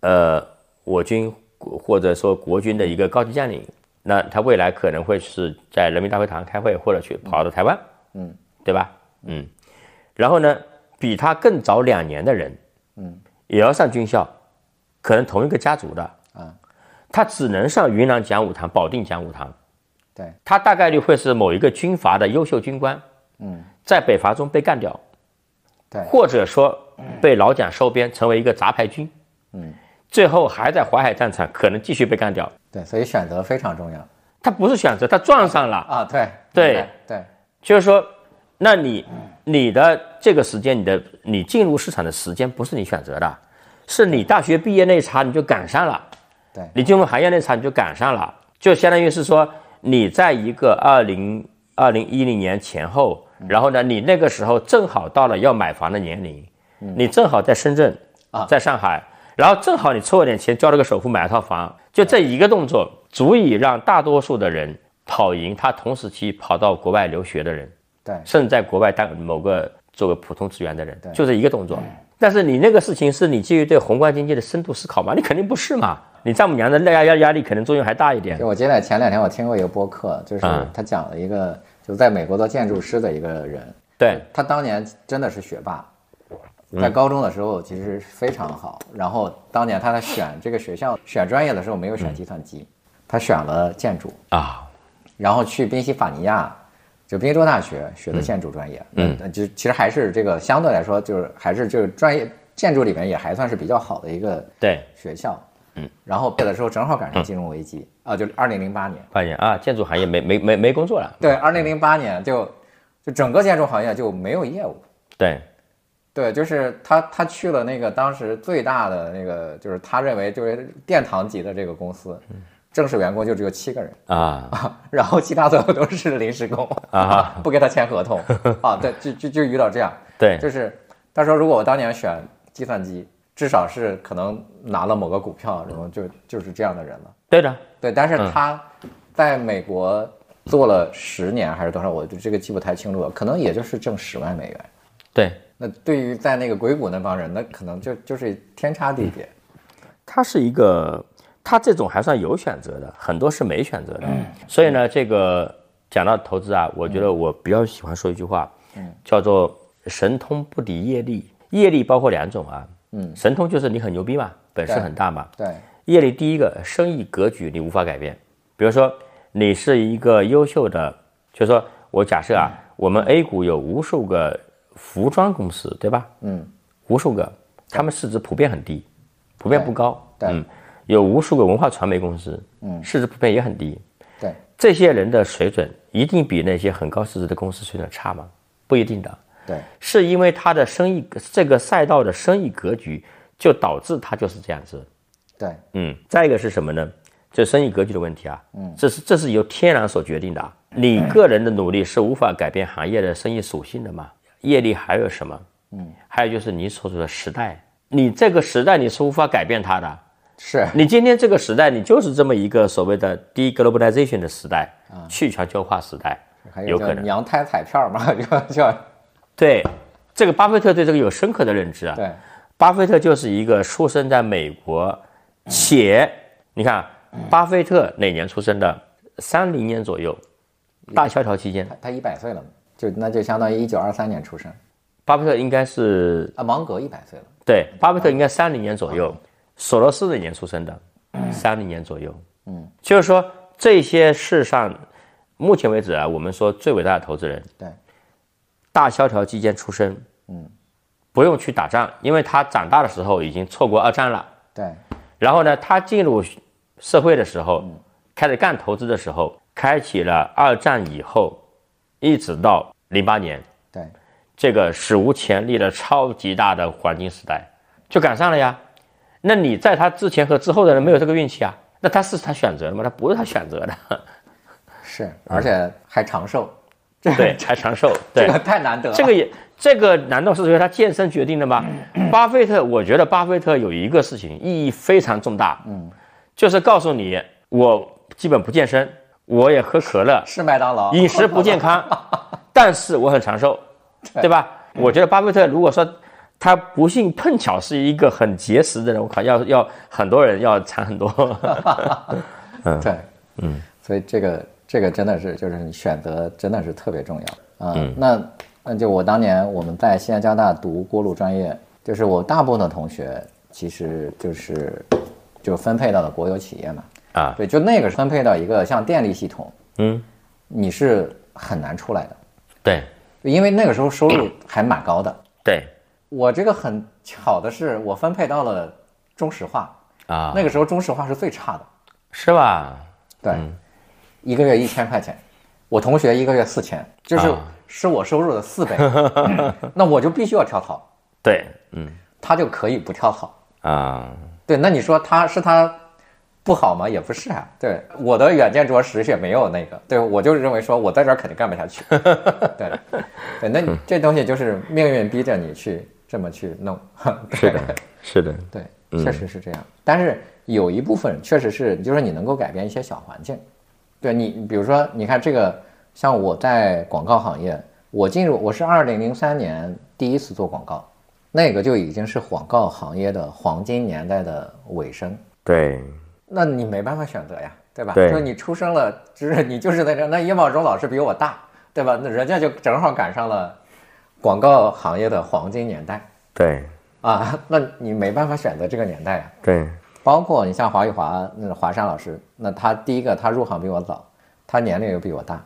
Speaker 1: 呃我军或者说国军的一个高级将领，那他未来可能会是在人民大会堂开会，或者去跑到台湾，嗯，对吧？嗯，然后呢，比他更早两年的人。也要上军校，可能同一个家族的
Speaker 2: 啊，
Speaker 1: 他只能上云南讲武堂、保定讲武堂，
Speaker 2: 对，
Speaker 1: 他大概率会是某一个军阀的优秀军官，
Speaker 2: 嗯，
Speaker 1: 在北伐中被干掉，
Speaker 2: 对
Speaker 1: 或者说被老蒋收编成为一个杂牌军，嗯，最后还在淮海战场可能继续被干掉。
Speaker 2: 对，所以选择非常重要
Speaker 1: 他不是选择，他撞上了，
Speaker 2: 啊，对，
Speaker 1: 对
Speaker 2: 明白对，
Speaker 1: 就是说，那你你的这个时间，你的你进入市场的时间不是你选择的，是你大学毕业那一茬你就赶上了，
Speaker 2: 对
Speaker 1: 你进入行业那一茬你就赶上了，就相当于是说你在一个二零二零一零年前后，
Speaker 2: 嗯
Speaker 1: 然后呢，你那个时候正好到了要买房的年龄，你正好在深圳
Speaker 2: 嗯啊
Speaker 1: 在上海，然后正好你凑了点钱交了个首付买了套房，就这一个动作足以让大多数的人跑赢他同时期跑到国外留学的人。
Speaker 2: 对，
Speaker 1: 甚至在国外当某个做个普通职员的人
Speaker 2: 对，
Speaker 1: 就这一个动作。但是你那个事情是你基于对宏观经济的深度思考吗？你肯定不是嘛。你丈母娘的压压压力可能作用还大一点
Speaker 2: 就我记得前两天我听过一个播客，就是
Speaker 1: 嗯
Speaker 2: 他讲了一个就在美国做建筑师的一个人，
Speaker 1: 对
Speaker 2: 他当年真的是学霸，
Speaker 1: 嗯
Speaker 2: 在高中的时候其实非常好。然后当年他在选这个学校、选专业的时候没
Speaker 1: 嗯
Speaker 2: 有选计算机，他选了建筑，
Speaker 1: 啊，
Speaker 2: 然后去宾夕法尼亚，就宾州大学学的建筑专业。
Speaker 1: 嗯
Speaker 2: 那，就其实还是这个相对来说就是还是就是专业建筑里面也还算是比较好的一个
Speaker 1: 对，
Speaker 2: 学校。嗯，然后毕业的时候正好赶上金融危机啊，就二零零八年。
Speaker 1: 发现啊，建筑行业没没没没工作了。
Speaker 2: 对，二零零八年就就整个建筑行业就没有业务。
Speaker 1: 对
Speaker 2: 对，就是他，他去了那个当时最大的那个，就是他认为就是殿堂级的这个公司，正式员工就只有七个人，
Speaker 1: 啊
Speaker 2: 然后其他所有都是临时工
Speaker 1: 啊，
Speaker 2: 不跟他签 合同啊，对，就就就遇到这样，
Speaker 1: 对
Speaker 2: 就是他说如果我当年选计算机，至少是可能拿了某个股票，然后就就是这样的人了。
Speaker 1: 对的，
Speaker 2: 对，
Speaker 1: 嗯
Speaker 2: 但是他在美国做了十年还是多少，我就这个记不太清楚了，可能也就是挣十万美元。
Speaker 1: 对，
Speaker 2: 那对于在那个硅谷那帮人，那可能就就是天差地别。
Speaker 1: 嗯它是一个，它这种还算有选择的，很多是没选择
Speaker 2: 嗯
Speaker 1: 的。所以呢，这个讲到投资啊，我觉得我比较喜欢说一句话，
Speaker 2: 嗯
Speaker 1: 叫做“神通不敌业力”。业力包括两种啊，嗯，神通就是你很牛逼嘛，本事
Speaker 2: 对
Speaker 1: 很大嘛。
Speaker 2: 对
Speaker 1: 业力第一个，生意格局你无法改变，比如说你是一个优秀的，就是说我假设
Speaker 2: 嗯
Speaker 1: 啊，我们 A 股有无数个服装公司，对吧？
Speaker 2: 嗯，
Speaker 1: 无数个，他们市值普遍很低，普遍不高。
Speaker 2: 对
Speaker 1: 嗯，有无数个文化传媒公司，嗯，市值普遍也很低。
Speaker 2: 对
Speaker 1: 这些人的水准一定比那些很高市值的公司水准差吗？不一定的，
Speaker 2: 对
Speaker 1: 是因为他的生意这个赛道的生意格局，就导致他就是这样子。
Speaker 2: 对
Speaker 1: 嗯，再一个是什么呢？这生意格局的问题啊，嗯，这是这是由天然所决定的啊，你个人的努力是无法改变行业的生意属性的嘛。业力还有什么？嗯，还有就是你所处的时代，你这个时代你是无法改变它的。
Speaker 2: 是，
Speaker 1: 你今天这个时代，你就是这么一个所谓的 deglobalization 的时代，去全球化时代，
Speaker 2: 还
Speaker 1: 有
Speaker 2: 有
Speaker 1: 可
Speaker 2: 叫
Speaker 1: 能
Speaker 2: 娘胎彩票嘛， 就就
Speaker 1: 对，这个巴菲特对这个有深刻的认知啊。
Speaker 2: 对，
Speaker 1: 巴菲特就是一个出生在美国，且你看啊，巴菲特哪年出生的？三零年左右，大萧条期间，
Speaker 2: 他一百岁了嘛，就那就相当于一九二三年出生
Speaker 1: 巴菲特应该是
Speaker 2: 啊，芒格一百岁了，
Speaker 1: 对，巴菲特应该三零年左右，索罗斯哪年出生的？三零年左右。嗯，就是说这些世上，目前为止啊，我们说最伟大的投资人，
Speaker 2: 对，
Speaker 1: 大萧条期间出生，嗯，不用去打仗，因为他长大的时候已经错过二战了。
Speaker 2: 对
Speaker 1: 然后呢，他进入社会的时候，开始干投资的时候，开启了二战以后，一直到零八年
Speaker 2: 对
Speaker 1: 这个史无前例的超级大的黄金时代，就赶上了呀。那你在他之前和之后的人没有这个运气啊？那他是他选择的吗？他不是他选择 的，
Speaker 2: 是，而且还长寿，
Speaker 1: 对，才长寿，
Speaker 2: 这
Speaker 1: 对。
Speaker 2: 个太难得了，
Speaker 1: 这个也，这个难道是由他健身决定的吗？巴菲特，我觉得巴菲特有一个事情意义非常重大，嗯，就是告诉你，我基本不健身，我也喝可乐，
Speaker 2: 是麦当劳，
Speaker 1: 饮食不健康，但是我很长寿， 对吧？我觉得巴菲特如果说他不幸碰巧是一个很节食的人，我靠，要要很多人要惨 很多。
Speaker 2: 对，嗯，所以这个这个真的是就是你选择真的是特别重要啊、那那就我当年我们在西南交大读锅炉专业，就是我大部分的同学其实就是就分配到了国有企业嘛
Speaker 1: 啊
Speaker 2: 对，就那个分配到一个像电力系统，
Speaker 1: 嗯，
Speaker 2: 你是很难出来的，
Speaker 1: 对
Speaker 2: 就因为那个时候收入还蛮高的。
Speaker 1: 对
Speaker 2: 我这个很巧的是，我分配到了中石化，
Speaker 1: 啊，
Speaker 2: 那个时候中石化是最差的。
Speaker 1: 是吧？
Speaker 2: 对，
Speaker 1: 嗯
Speaker 2: 一个月一千块钱，我同学一个月四千，就是
Speaker 1: 啊
Speaker 2: 是我收入的四倍， 那我就必须要跳槽，
Speaker 1: 对，嗯
Speaker 2: 他就可以不跳槽。
Speaker 1: 啊，
Speaker 2: 对，那你说他是他不好吗？也不是啊。对，我的远见卓识也没有那个，对我就认为说我在这儿肯定干不下去。对，对，那
Speaker 1: 嗯
Speaker 2: 你这东西就是命运逼着你去这么去弄。
Speaker 1: 是 的，是的，
Speaker 2: 对，确实是这样。但是有一部分确实是，就是你能够改变一些小环境。对你，比如说，你看这个，像我在广告行业，我进入我是二零零三年第一次做广告，那个就已经是广告行业的黄金年代的尾声。
Speaker 1: 对
Speaker 2: 那你没办法选择呀，对吧？
Speaker 1: 对
Speaker 2: 就是你出生了，就是你就是在这，那叶茂中老师比我大，对吧？那人家就正好赶上了广告行业的黄金年代
Speaker 1: 对
Speaker 2: 啊，那你没办法选择这个年代呀。啊
Speaker 1: 对
Speaker 2: 包括你像华玉华，那华山老师，那他第一个他入行比我早，他年龄又比我大，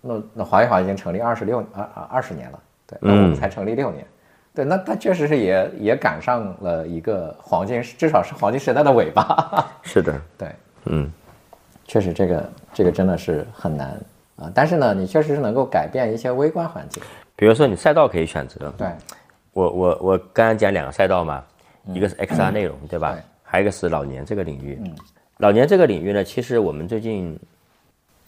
Speaker 2: 那那华玉华已经成立二十六二二十年了，对，那我们才成立六年，对，那他确实是也也赶上了一个黄金时，至少是黄金时代的尾巴，
Speaker 1: 是的，
Speaker 2: 对，
Speaker 1: 嗯，
Speaker 2: 确实这个这个真的是很难啊、但是呢，你确实是能够改变一些微观环境，
Speaker 1: 比如说你赛道可以选择，
Speaker 2: 对
Speaker 1: 我我我刚刚讲两个赛道嘛，一个是 XR 内容，嗯对嗯吧？
Speaker 2: 对
Speaker 1: 还有一个是老年这个领域。老年这个领域呢，其实我们最近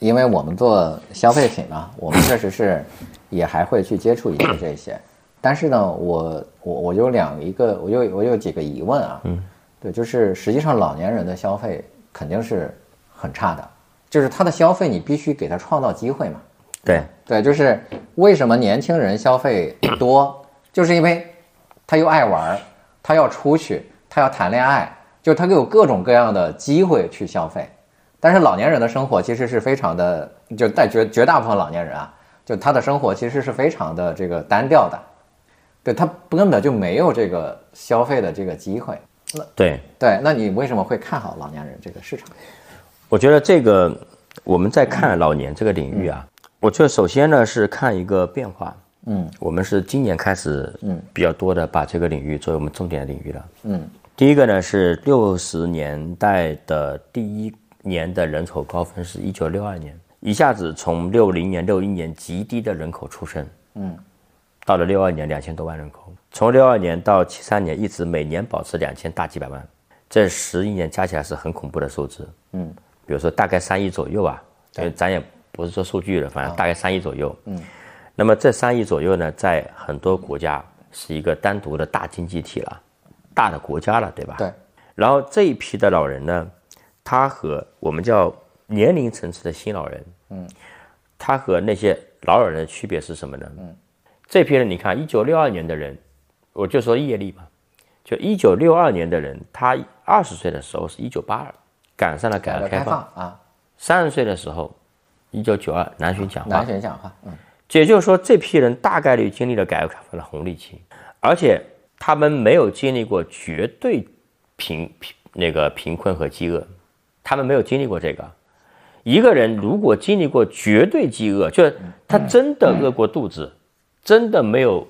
Speaker 2: 因为我们做消费品嘛，我们确实是也还会去接触一些这些。但是呢，我我我有两一个，我有我有几个疑问啊。嗯，对，就是实际上老年人的消费肯定是很差的，就是他的消费你必须给他创造机会嘛。
Speaker 1: 对
Speaker 2: 对，就是为什么年轻人消费多，就是因为他又爱玩儿，他要出去，他要谈恋爱，就他有各种各样的机会去消费。但是老年人的生活其实是非常的，就在绝绝大部分老年人啊，就他的生活其实是非常的这个单调的，对他根本就没有这个消费的这个机会。
Speaker 1: 对，
Speaker 2: 对，那你为什么会看好老年人这个市场？
Speaker 1: 我觉得这个我们在看老年这个领域啊，我觉得首先呢是看一个变化。
Speaker 2: 嗯，
Speaker 1: 我们是今年开始，嗯，比较多的把这个领域作为我们重点领域了。
Speaker 2: 嗯，
Speaker 1: 第一个呢是六十年代的第一年的人口高峰是一九六二年，一下子从六零年、六一年极低的人口出生，嗯，到了六二年两千多万人口，从六二年到七三年一直每年保持两千大几百万，这十一年加起来是很恐怖的数字。比如说大概三亿左右啊，因为咱也不是说数据了，反正大概三亿左右。嗯，那么这三亿左右呢，在很多国家是一个单独的大经济体了，大的国家了，对吧？
Speaker 2: 对。
Speaker 1: 然后这一批的老人呢，他和我们叫年龄层次的新老人，嗯，他和那些老耳人的区别是什么呢？嗯，这批人你看，一九六二年的人，我就说业力嘛，就一九六二年的人，他二十岁的时候是一九八二，赶上了改
Speaker 2: 改
Speaker 1: 革
Speaker 2: 革
Speaker 1: 开
Speaker 2: 开
Speaker 1: 放；
Speaker 2: 啊，
Speaker 1: 三十岁的时候，一九九二南巡讲话
Speaker 2: 南，巡讲话，嗯，
Speaker 1: 也就是说，这批人大概率经历了改革开放的红利期，而且他们没有经历过绝对贫贫那个贫困和饥饿，他们没有经历过这个。一个人如果经历过绝对饥饿，就是他真的饿过肚子，真的没有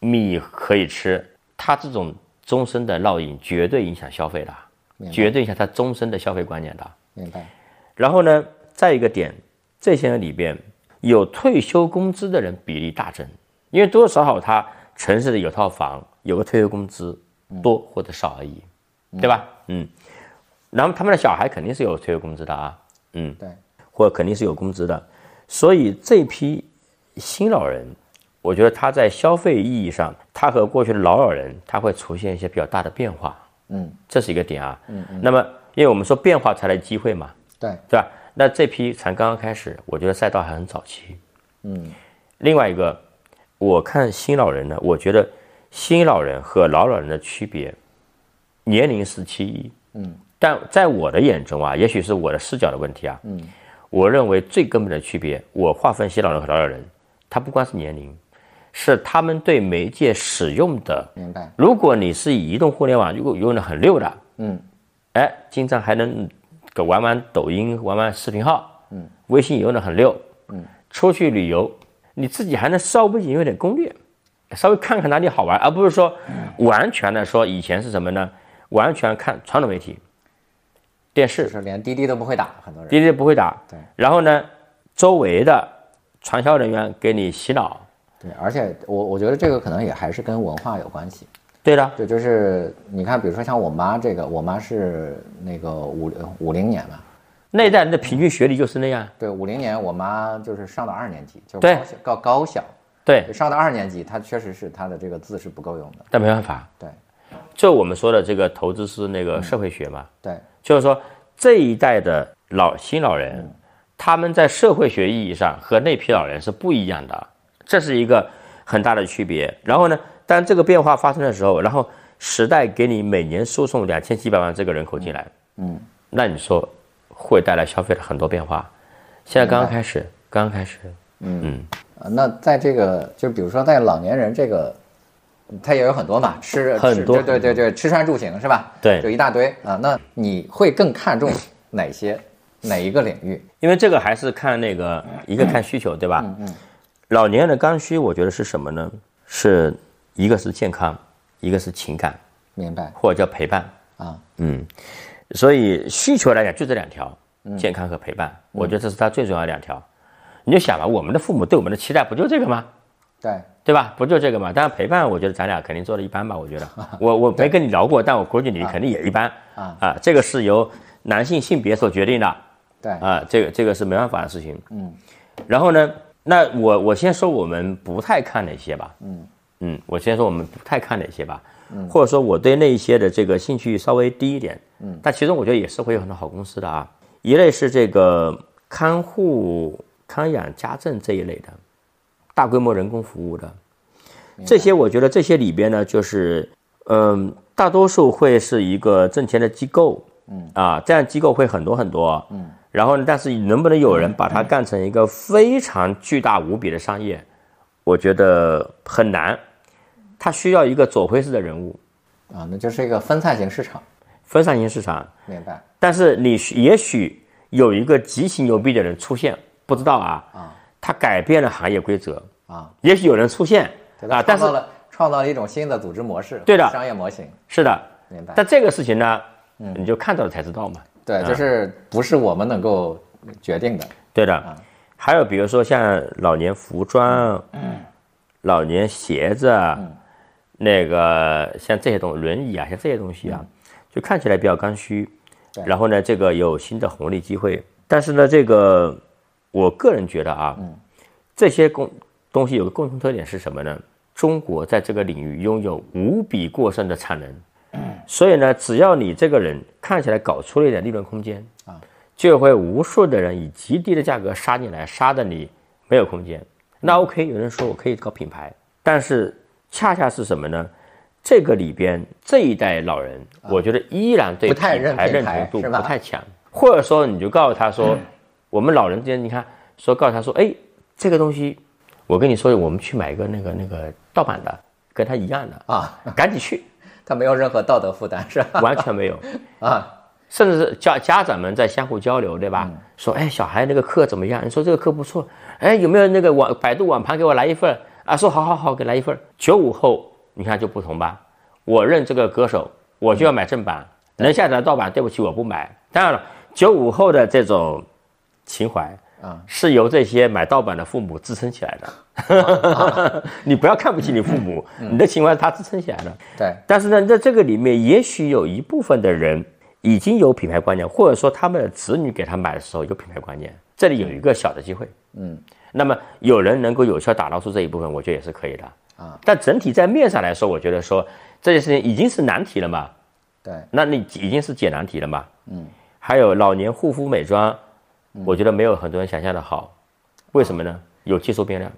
Speaker 1: 米可以吃，他这种终身的烙印绝对影响消费的，绝对影响他终身的消费观念的。
Speaker 2: 明白，
Speaker 1: 然后呢，再一个点，这些人里边有退休工资的人比例大增，因为多多少少他城市里有套房，有个退休工资，多或者少而已，对吧？嗯，然后他们的小孩肯定是有退休工资的啊，嗯，
Speaker 2: 对，
Speaker 1: 或者肯定是有工资的，所以这批新老人。我觉得他在消费意义上，他和过去的老老人，他会出现一些比较大的变化，
Speaker 2: 嗯，
Speaker 1: 这是一个点啊。嗯嗯那么，因为我们说变化才来机会嘛，
Speaker 2: 对，
Speaker 1: 对吧？那这批才刚刚开始，我觉得赛道还很早期。嗯，另外一个，我看新老人呢，我觉得新老人和老老人的区别，年龄是其一。嗯，但在我的眼中啊，也许是我的视角的问题啊。嗯，我认为最根本的区别，我划分新老人和老老人，它不光是年龄，是他们对媒介使用的
Speaker 2: 明白，
Speaker 1: 如果你是以移动互联网如果用的很溜的，嗯，哎，经常还能给玩玩抖音、玩玩视频号，嗯，微信也用的很溜，嗯，出去旅游，你自己还能稍微有点攻略，稍微看看哪里好玩，而不是说完全的说以前是什么呢？完全看传统媒体，电视
Speaker 2: 就、是连滴滴都不会打，很多人，
Speaker 1: 滴滴不会打，
Speaker 2: 对，
Speaker 1: 然后呢，周围的传销人员给你洗脑，
Speaker 2: 对，而且我我觉得这个可能也还是跟文化有关系，
Speaker 1: 对的，
Speaker 2: 对，就是你看，比如说像我妈这个，我妈是那个五呃五零年嘛，
Speaker 1: 那一代人的平均学历就是那样，
Speaker 2: 对，五零年我妈就是上到二年级，就
Speaker 1: 对
Speaker 2: 高小高高小，
Speaker 1: 对，
Speaker 2: 上到二年级，她确实是她的这个字是不够用的，
Speaker 1: 但没办法，
Speaker 2: 对嗯
Speaker 1: 就我们说的这个投资是那个社会学嘛，
Speaker 2: 对，
Speaker 1: 就是说这一代的老新老人，
Speaker 2: 嗯
Speaker 1: 他们在社会学意义上和那批老人是不一样的，这是一个很大的区别。然后呢，当这个变化发生的时候，然后时代给你每年输送两千七百万这个人口进来，
Speaker 2: 嗯，
Speaker 1: 那你说会带来消费的很多变化。现在刚刚开始，刚刚开始，
Speaker 2: 呃那在这个就比如说在老年人这个，他也有很多嘛，吃
Speaker 1: 很
Speaker 2: 吃
Speaker 1: 多
Speaker 2: 对对对对，吃穿住行是吧？
Speaker 1: 对
Speaker 2: 就一大堆啊。那你会更看重哪些哪一个领域？
Speaker 1: 因为这个还是看那个一个看需求，对吧？老年人的刚需，我觉得是什么呢？是一个是健康，一个是情感，
Speaker 2: 明白
Speaker 1: 或者叫陪伴。嗯
Speaker 2: 啊？
Speaker 1: 所以需求来讲就这两条，健康和陪伴，我觉得这是它最重要的两条。你就想吧，我们的父母对我们的期待不就这个吗？
Speaker 2: 对，
Speaker 1: 对吧？不就这个嘛？当然陪伴，我觉得咱俩肯定做的一般吧。我觉得我我没跟你聊过，但我估计你肯定也一般
Speaker 2: 啊
Speaker 1: 啊。这个是由男性性别所决定的。
Speaker 2: 对
Speaker 1: 啊，这个这个是没办法的事情。嗯，然后呢，那我我先说我们不太看哪些吧。嗯嗯，我先说我们不太看哪些吧。嗯，或者说我对那一些的这个兴趣稍微低一点。嗯，但其中我觉得也是会有很多好公司的啊。一类是这个看护、康养、家政这一类的，大规模人工服务的。这些我觉得这些里边呢，就是嗯，大多数会是一个挣钱的机构，嗯啊，这样机构会很多很多，嗯，然后呢，但是能不能有人把它干成一个非常巨大无比的商业，我觉得很难，它需要一个左晖式的人物，
Speaker 2: 啊，那就是一个分散型市场，
Speaker 1: 分散型市场，
Speaker 2: 明白？
Speaker 1: 但是你需也许有一个极其牛逼的人出现，不知道啊，啊，他改变了行业规则，
Speaker 2: 啊，
Speaker 1: 也许有人出现
Speaker 2: 对
Speaker 1: 啊
Speaker 2: 吧？，
Speaker 1: 但
Speaker 2: 创
Speaker 1: 是
Speaker 2: 造了创造了一种新的组织模式，
Speaker 1: 对的
Speaker 2: 商业模型，
Speaker 1: 是的，
Speaker 2: 明白？
Speaker 1: 但这个事情呢，你就看到了才知道嘛。
Speaker 2: 对，就是不是我们能够决定的，
Speaker 1: 对的，还有比如说像老年服装、老年鞋子，啊那个像这些东轮椅啊，像这些东西啊，就看起来比较刚需。然后呢，这个有新的红利机会，但是呢，这个我个人觉得啊，这些共东西有个共同特点是什么呢？中国在这个领域拥有无比过剩的产能，所以呢，只要你这个人看起来搞出了一点利润空间啊，就会无数的人以极低的价格杀进来，杀的你没有空间。
Speaker 2: 嗯
Speaker 1: 那 OK，有人说我可以搞品牌，但是恰恰是什么呢？这个里边这一代老人，我觉得依然对
Speaker 2: 啊不太
Speaker 1: 品
Speaker 2: 认
Speaker 1: 牌
Speaker 2: 品
Speaker 1: 认
Speaker 2: 牌
Speaker 1: 同度
Speaker 2: 是吧嗯
Speaker 1: 不太强，或者说你就告诉他说，我们老人之间，你看说告诉他说，哎，这个东西，我跟你说，我们去买一个那个那个盗版的，跟他一样 的，
Speaker 2: 啊，
Speaker 1: 赶紧去，
Speaker 2: 他没有任何道德负担是吧？
Speaker 1: 完全没有。
Speaker 2: 啊，嗯
Speaker 1: 甚至是家家长们在相互交流，对吧？说，哎，小孩那个课怎么样？你说这个课不错，哎，有没有那个网百度网盘给我来一份儿啊？说好好好，给来一份儿。九五后，你看就不同吧？我认这个歌手，我就要买正版，
Speaker 2: 嗯
Speaker 1: 能下载盗版，对不起，我不买。当然了，九五后的这种情怀。
Speaker 2: 啊
Speaker 1: 是由这些买盗版的父母支撑起来的，
Speaker 2: 啊
Speaker 1: 你不要看不起你父母，
Speaker 2: 嗯
Speaker 1: 你的情怀是他支撑起来的。
Speaker 2: 对，
Speaker 1: 但是呢，在这个里面，也许有一部分的人已经有品牌观念，或者说他们的子女给他买的时候有品牌观念，这里有一个小的机会。嗯，那么有人能够有效打捞出这一部分，我觉得也是可以的。
Speaker 2: 啊，
Speaker 1: 但整体在面上来说，我觉得说这件事情已经是难题了嘛，
Speaker 2: 对，
Speaker 1: 那你已经是解难题了嘛。嗯，还有老年护肤美妆，我觉得没有很多人想象的好，为什么呢？有技术变量，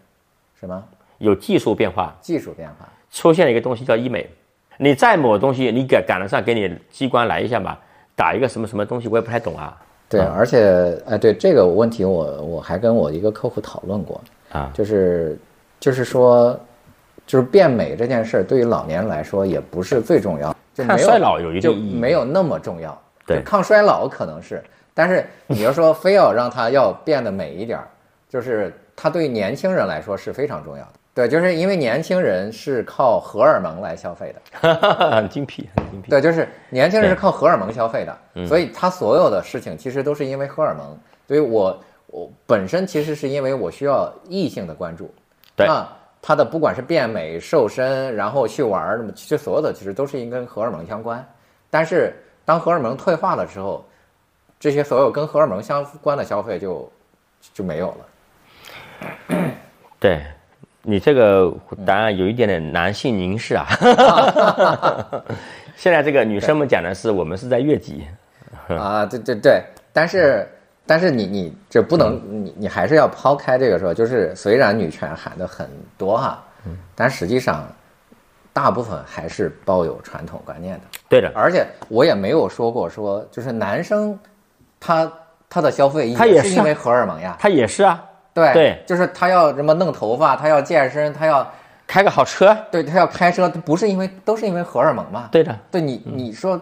Speaker 2: 什么
Speaker 1: 有技术变化，
Speaker 2: 技术变化？
Speaker 1: 出现了一个东西叫医美，你再抹东西，你赶赶得上给你机关来一下吧，打一个什么什么东西，我也不太懂啊。
Speaker 2: 对，而且哎，对这个问题我，我还跟我一个客户讨论过
Speaker 1: 啊
Speaker 2: 就是就是说，就是变美这件事儿对于老年人来说也不是最重要，就没
Speaker 1: 看
Speaker 2: 有
Speaker 1: 衰老有一定
Speaker 2: 就
Speaker 1: 意义，
Speaker 2: 没有那么重要。
Speaker 1: 对
Speaker 2: 就抗衰老可能是，但是你要说非要让它要变得美一点儿，就是它对年轻人来说是非常重要的。对，就是因为年轻人是靠荷尔蒙来消费的，
Speaker 1: 很精辟，很精辟。
Speaker 2: 对，就是年轻人是靠荷尔蒙消费的，所以他所有的事情其实都是因为荷尔蒙。所以我我本身其实是因为我需要异性的关注，
Speaker 1: 对
Speaker 2: 那他的不管是变美、瘦身，然后去玩儿，那么其实所有的其实都是跟荷尔蒙相关。但是当荷尔蒙退化的时候，这些所有跟荷尔蒙相关的消费就就没有了。
Speaker 1: 对你这个答案有一点点男性凝视啊。 现在这个女生们讲的是我们是在越级，嗯
Speaker 2: 啊，对对对，但是但是你你这不能，
Speaker 1: 嗯
Speaker 2: 你你还是要抛开这个说，就是虽然女权喊的很多哈，
Speaker 1: 嗯
Speaker 2: 但实际上大部分还是抱有传统观念的，
Speaker 1: 对的，
Speaker 2: 而且我也没有说过说就是男生他他的消费
Speaker 1: 他也
Speaker 2: 是
Speaker 1: 是啊
Speaker 2: 因为荷尔蒙呀，
Speaker 1: 她也是啊，
Speaker 2: 对
Speaker 1: 对
Speaker 2: 就是他要什么弄头发，他要健身，他要
Speaker 1: 开个好车，
Speaker 2: 对他要开车，不是因为都是因为荷尔蒙嘛，
Speaker 1: 对的，
Speaker 2: 对你，你说，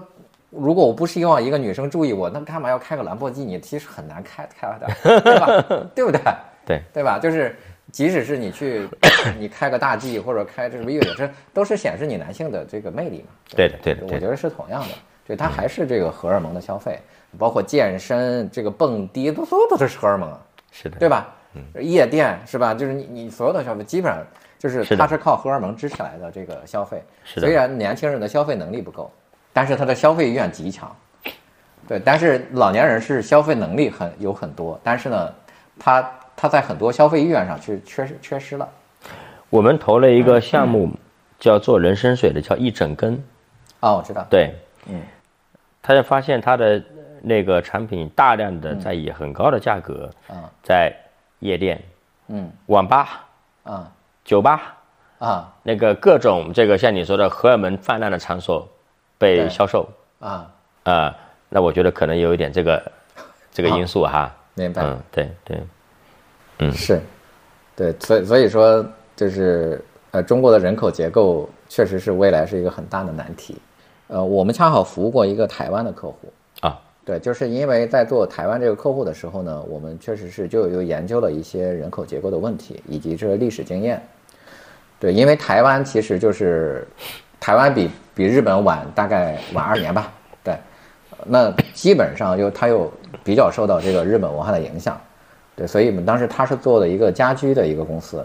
Speaker 2: 如果我不希望一个女生注意我，那干嘛要开个兰博基尼？其实很难开开的，对 吧？对不对？
Speaker 1: 对
Speaker 2: 对吧？就是，即使是你去，你开个大 G 或者开这什么越野车，都是显示你男性的这个魅力嘛。
Speaker 1: 对的，对的，嗯
Speaker 2: 我
Speaker 1: 对
Speaker 2: 觉
Speaker 1: 的，
Speaker 2: 得是同样的，就它还是这个荷尔蒙的消费，包括健身、这个蹦迪，都所有的都是荷尔蒙啊，
Speaker 1: 是的，
Speaker 2: 对吧？
Speaker 1: 嗯
Speaker 2: 夜店是吧？就是你你所有的消费，基本上就是
Speaker 1: 是的
Speaker 2: 它是靠荷尔蒙支起来的这个消费。
Speaker 1: 是
Speaker 2: 虽
Speaker 1: 的，
Speaker 2: 然年轻人的消费能力不够，但是他的消费意愿极强。对，但是老年人是消费能力很有很多，但是呢，他他在很多消费意愿上去缺失缺失了。
Speaker 1: 我们投了一个项目，叫做人参水的，叫一整根。
Speaker 2: 啊、我知道，
Speaker 1: 对，
Speaker 2: 嗯，
Speaker 1: 他就发现他的那个产品大量的在以很高的价格，
Speaker 2: 嗯啊
Speaker 1: 在夜店、
Speaker 2: 嗯，
Speaker 1: 网吧、
Speaker 2: 啊
Speaker 1: 酒吧
Speaker 2: 啊
Speaker 1: 那个各种这个像你说的荷尔蒙泛滥的场所被
Speaker 2: 对
Speaker 1: 销售，
Speaker 2: 啊，
Speaker 1: 啊、那我觉得可能有一点这个这个因素哈，
Speaker 2: 明白，
Speaker 1: 嗯，对对，
Speaker 2: 是，对，所以所以说就是呃，中国的人口结构确实是未来是一个很大的难题。呃，我们恰好服务过一个台湾的客户，
Speaker 1: 啊，
Speaker 2: 对，就是因为在做台湾这个客户的时候呢，我们确实是就有研究了一些人口结构的问题，以及这个历史经验。对，因为台湾其实就是台湾比比日本晚大概晚二年吧，对，那基本上又它又比较受到这个日本文化的影响，对，所以我们当时他是做的一个家居的一个公司，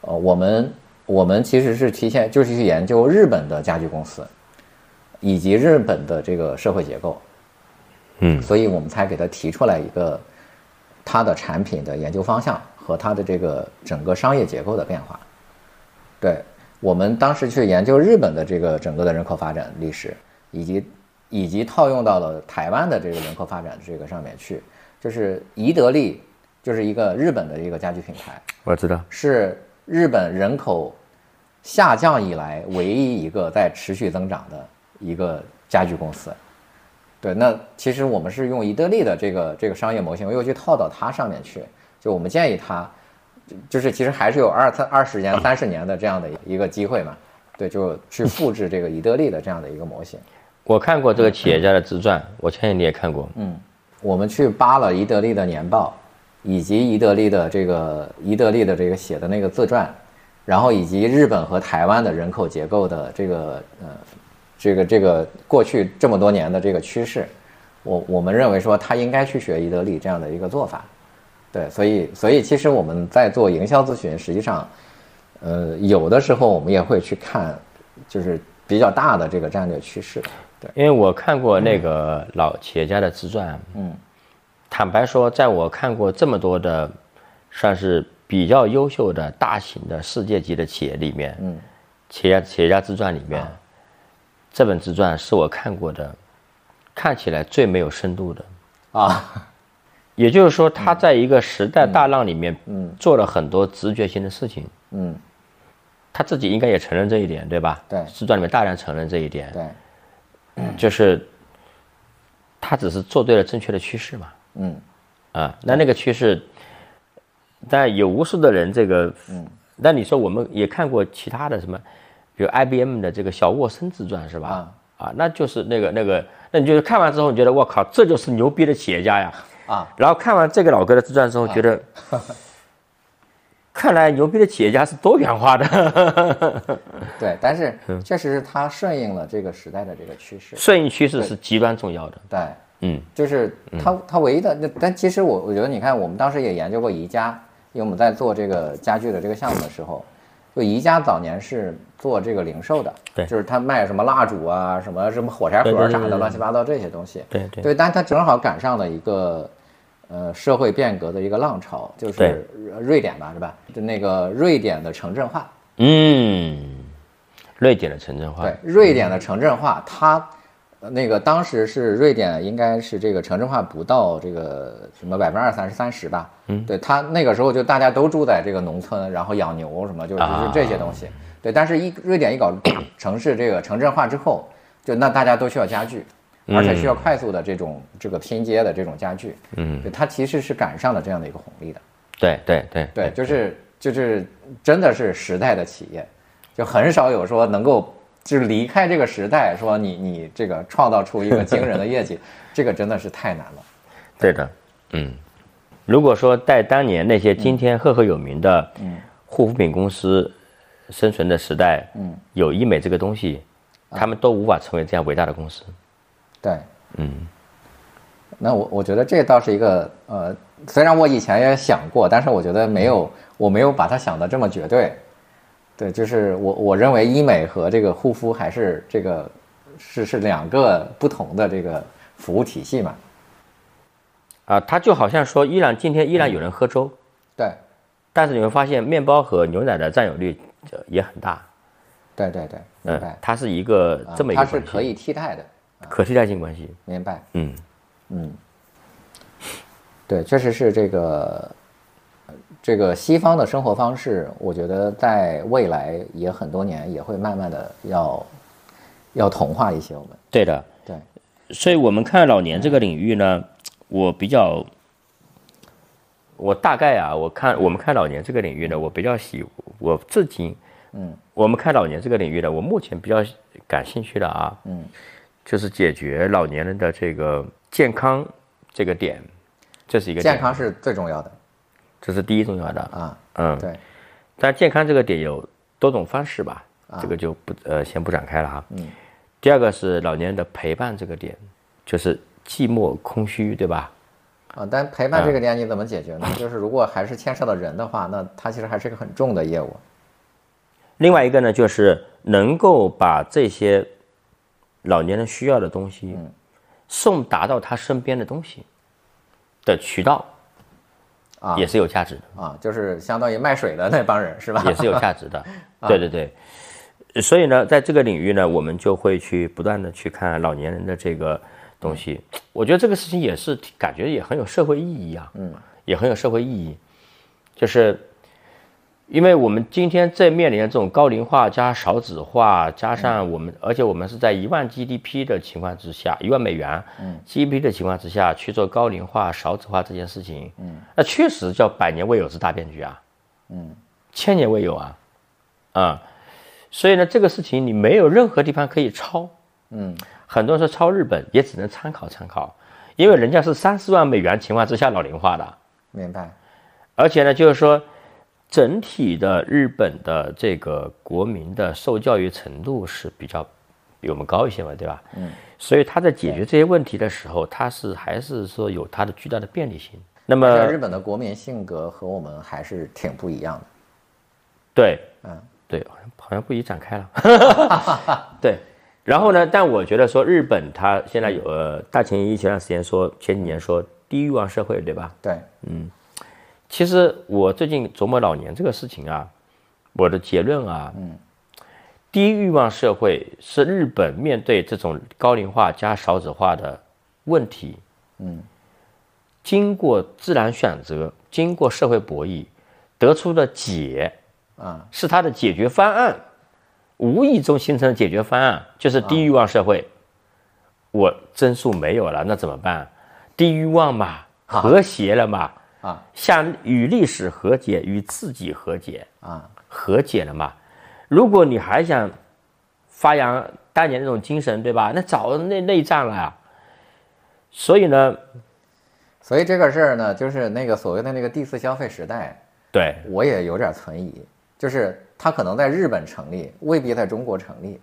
Speaker 2: 呃，我们我们其实是提前就是去研究日本的家居公司，以及日本的这个社会结构，
Speaker 1: 嗯
Speaker 2: 所以我们才给他提出来一个他的产品的研究方向和他的这个整个商业结构的变化。对我们当时去研究日本的这个整个的人口发展历史，以及以及套用到了台湾的这个轮廓发展这个上面去，就是宜得利，就是一个日本的一个家居品牌，
Speaker 1: 我知道，
Speaker 2: 是日本人口下降以来唯一一个在持续增长的一个家居公司。对，那其实我们是用宜得利的这个这个商业模型又去套到它上面去，就我们建议它，就是其实还是有二三二十年、三十年的这样的一个机会嘛。对，就去复制这个宜得利的这样的一个模型。
Speaker 1: 我看过这个企业家的自传，我相信你也看过。
Speaker 2: 嗯，我们去扒了宜得利的年报，以及宜得利的这个宜得利的这个写的那个自传，然后以及日本和台湾的人口结构的这个呃这个这个过去这么多年的这个趋势，我我们认为说他应该去学宜得利这样的一个做法。对，所以所以其实我们在做营销咨询，实际上，呃，有的时候我们也会去看，就是比较大的这个战略趋势。
Speaker 1: 因为我看过那个老企业家的自传，啊
Speaker 2: 嗯，
Speaker 1: 坦白说，在我看过这么多的，算是比较优秀的大型的世界级的企业里面，
Speaker 2: 嗯，
Speaker 1: 企业企业家自传里面，
Speaker 2: 啊
Speaker 1: 这本自传是我看过的，看起来最没有深度的。
Speaker 2: 啊，
Speaker 1: 也就是说，他在一个时代大浪里面，
Speaker 2: 嗯嗯
Speaker 1: 做了很多直觉性的事情，
Speaker 2: 嗯，
Speaker 1: 他自己应该也承认这一点，对吧？
Speaker 2: 对
Speaker 1: 自传里面大量承认这一点，
Speaker 2: 对，
Speaker 1: 就是他只是做对了正确的趋势嘛。
Speaker 2: 嗯
Speaker 1: 啊，那那个趋势，但有无数的人这个，
Speaker 2: 嗯
Speaker 1: 那你说我们也看过其他的什么，比如 IBM 的这个小沃森自传是吧？
Speaker 2: 啊
Speaker 1: 那就是那个那个，那你就是看完之后，你觉得我靠，这就是牛逼的企业家呀。
Speaker 2: 啊，
Speaker 1: 然后看完这个老哥的自传之后，觉得， 看来牛逼的企业家是多元化的，
Speaker 2: 对，但是
Speaker 1: 嗯
Speaker 2: 确实是它顺应了这个时代的这个趋势。
Speaker 1: 顺应趋势是极端重要的。
Speaker 2: 对，
Speaker 1: 嗯，
Speaker 2: 就是它它唯一的，那但其实我我觉得，你看，我们当时也研究过宜家，因为我们在做这个家具的这个项目的时候，就宜家早年是做这个零售的，
Speaker 1: 对
Speaker 2: 就是他卖什么蜡烛啊，什么什么火柴
Speaker 1: 对对
Speaker 2: 盒
Speaker 1: 对
Speaker 2: 啥
Speaker 1: 对
Speaker 2: 的，
Speaker 1: 对
Speaker 2: 乱七八糟这些东西。
Speaker 1: 对对
Speaker 2: 对，但它正好赶上了一个呃社会变革的一个浪潮，就
Speaker 1: 对
Speaker 2: 是瑞瑞典吧，是吧？就那个瑞典的城镇化，
Speaker 1: 嗯，瑞典的城镇化，
Speaker 2: 对，瑞典的城镇化，它呃那个当时是瑞典应该是这个城镇化不到这个什么百分之二三十三十吧，嗯，对，它那个时候就大家都住在这个农村，然后养牛什么，就是
Speaker 1: 啊
Speaker 2: 就是这些东西，对，但是一瑞典一搞城市这个城镇化之后，就那大家都需要家具。而且需要快速的这种这个拼接的这种家具，
Speaker 1: 嗯
Speaker 2: 对，它其实是赶上了这样的一个红利的。
Speaker 1: 对对对
Speaker 2: 对，就是就是真的是时代的企业，就很少有说能够就是离开这个时代，说你你这个创造出一个惊人的业绩，这个真的是太难了。
Speaker 1: 对的，嗯，如果说在当年那些今天赫赫有名的
Speaker 2: 嗯
Speaker 1: 护肤品公司生存的时代，嗯，有医美这个东西，
Speaker 2: 啊
Speaker 1: 他们都无法成为这样伟大的公司。
Speaker 2: 对，嗯，那我我觉得这倒是一个呃，虽然我以前也想过，但是我觉得没有，我没有把它想的这么绝对。对，就是我我认为医美和这个护肤还是这个是是两个不同的这个服务体系嘛。
Speaker 1: 啊，它就好像说，依然今天依然有人喝
Speaker 2: 嗯
Speaker 1: 粥，
Speaker 2: 对，
Speaker 1: 但是你会发现面包和牛奶的占有率呃也很大。
Speaker 2: 对对对，明白
Speaker 1: 嗯。，它是一个
Speaker 2: 啊
Speaker 1: 这么一个
Speaker 2: 它
Speaker 1: 关系、
Speaker 2: 是可以替代的，
Speaker 1: 可替代性关系。
Speaker 2: 明白？
Speaker 1: 嗯，
Speaker 2: 对，确实是这个，呃这个西方的生活方式，我觉得在未来也很多年也会慢慢的要要同化一些我们。
Speaker 1: 对的。
Speaker 2: 对，
Speaker 1: 所以我们看老年这个领域呢，我比较，我大概啊，我看我们看老年这个领域呢，我比较喜，我至今，
Speaker 2: 嗯，
Speaker 1: 我们看老年这个领域呢，我目前比较感兴趣的啊，
Speaker 2: 嗯，
Speaker 1: 就是解决老年人的这个健康这个点，这是一个点
Speaker 2: 健，康是最重要的
Speaker 1: 这是第一重要的，
Speaker 2: 啊。
Speaker 1: 嗯，
Speaker 2: 对，
Speaker 1: 但健康这个点有多种方式吧，这个就不呃先不展开了哈。
Speaker 2: 啊嗯。
Speaker 1: 第二个是老年人的陪伴这个点，就是寂寞空虚，对吧？
Speaker 2: 啊，但陪伴这个点你怎么 解决呢？就是如果还是牵涉到人的话，那它其实还是一个很重的业务。
Speaker 1: 另外一个呢，就是能够把这些老年人需要的东西，
Speaker 2: 嗯
Speaker 1: 送达到他身边的东西的渠道，
Speaker 2: 啊
Speaker 1: 也是有价值的。
Speaker 2: 啊，就是相当于卖水的那帮人是吧？
Speaker 1: 也是有价值的。对对对，所以呢，在这个领域呢，我们就会去不断的去看老年人的这个东西。我觉得这个事情也是挺感觉也很有社会意义啊，嗯，也很有社会意义，就是因为我们今天在面临的这种高龄化加少子化，加上我们，而且我们是在一万 GDP 的情况之下，一万美元 GDP 的情况之下去做高龄化、少子化这件事情，嗯，那确实叫百年未有之大变局啊，嗯，千年未有啊，啊、所以呢，这个事情你没有任何地方可以抄。嗯，很多人说抄日本也只能参考参考，因为人家是三十万美元情况之下老龄化的，
Speaker 2: 明白，
Speaker 1: 而且呢，就是说整体的日本的这个国民的受教育程度是比较比我们高一些嘛，对吧？嗯，所以他在解决这些问题的时候，他是还是说有他的巨大的便利性。那
Speaker 2: 但
Speaker 1: 么
Speaker 2: 日本的国民性格和我们还是挺不一样的。
Speaker 1: 对，嗯，对，好像好像不宜展开了。对，然后呢？但我觉得说日本它现在有呃，大前研一前段时间说前几年说低欲望社会，对吧？
Speaker 2: 对，
Speaker 1: 其实我最近琢磨老年这个事情啊，我的结论啊，嗯，低欲望社会是日本面对这种高龄化加少子化的问题，嗯，经过自然选择，经过社会博弈得出的解，
Speaker 2: 啊、
Speaker 1: 是它的解决方案，无意中形成的解决方案就是低欲望社会，我增速没有了，那怎么办？低欲望嘛，和谐了嘛。向与历史和解，与自己和解
Speaker 2: 啊，
Speaker 1: 和解了嘛？如果你还想发扬当年那种精神，对吧？那早内内战了呀。所以呢，
Speaker 2: 所以这个事儿呢，就是那个所谓的那个第四消费时代，
Speaker 1: 对
Speaker 2: 我也有点存疑，就是它可能在日本成立，未必在中国成立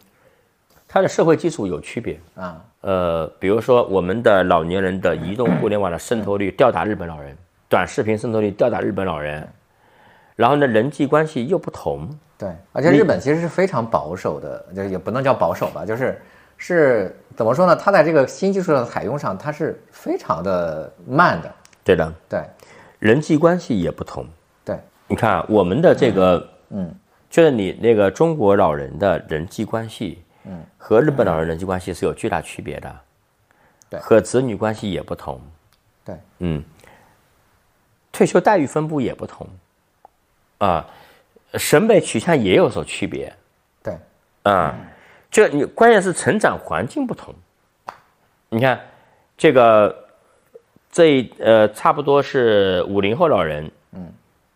Speaker 1: 它的社会基础有区别。
Speaker 2: 啊。
Speaker 1: 呃，比如说我们的老年人的移动互联网的渗透率吊打日本老人，短视频渗透率吊打日本老人，然后呢，人际关系又不同。
Speaker 2: 对，而且日本其实是非常保守的，就也不能叫保守吧，就是是怎么说呢？它在这个新技术的采用上，它是非常的慢的。
Speaker 1: 对的，
Speaker 2: 对，
Speaker 1: 人际关系也不同。
Speaker 2: 对，
Speaker 1: 你看啊我们的这个，嗯，就是你那个中国老人的人际关系，嗯，和日本老人人际关系是有巨大区别的，
Speaker 2: 对
Speaker 1: 和子女关系也不同，
Speaker 2: 对，
Speaker 1: 嗯，退休待遇分布也不同，啊、审美取向也有所区别，
Speaker 2: 对，
Speaker 1: 啊、就你关键是成长环境不同。你看，这个这呃，差不多是五零后老人，嗯，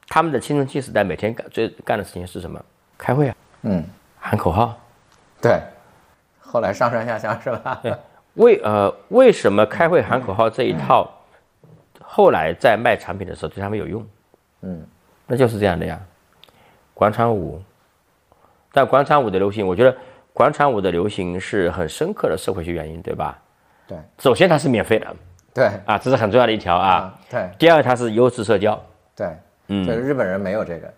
Speaker 1: 他们的青春期时代每天干最干的事情是什么？开会啊，
Speaker 2: 嗯，
Speaker 1: 喊口号。
Speaker 2: 对。后来上上下下是吧？
Speaker 1: 为呃，为什么开会喊口号这一套，后来在卖产品的时候对他们有用？嗯，那就是这样的呀。广场舞，但广场舞的流行，我觉得广场舞的流行是很深刻的社会学原因，对吧？
Speaker 2: 对
Speaker 1: 首先它是免费的
Speaker 2: 对
Speaker 1: 啊，这是很重要的一条啊。
Speaker 2: 啊，对
Speaker 1: 第二，它是优质社交，
Speaker 2: 对，嗯，对，日本人没有这个，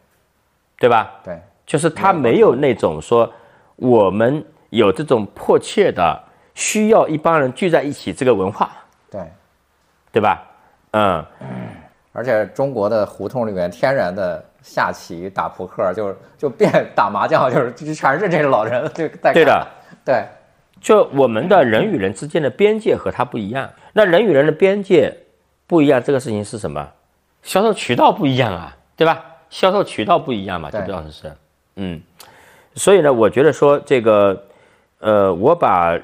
Speaker 1: 对吧？
Speaker 2: 对
Speaker 1: 就是他没有那种说我们有这种迫切的需要一帮人聚在一起这个文化，
Speaker 2: 对，
Speaker 1: 对吧？嗯，
Speaker 2: 而且中国的胡同里面天然的下棋、打扑克，就是就变 打麻将，就是就全是这个老人就在
Speaker 1: 对
Speaker 2: 干
Speaker 1: 的，
Speaker 2: 对
Speaker 1: 就我们的人与人之间的边界和他不一样。那人与人的边界不一样，这个事情是什么？销售渠道不一样啊，对吧？销售渠道不一样嘛，就
Speaker 2: 对
Speaker 1: 不老师是，嗯。所以呢，我觉得说这个，呃，我把《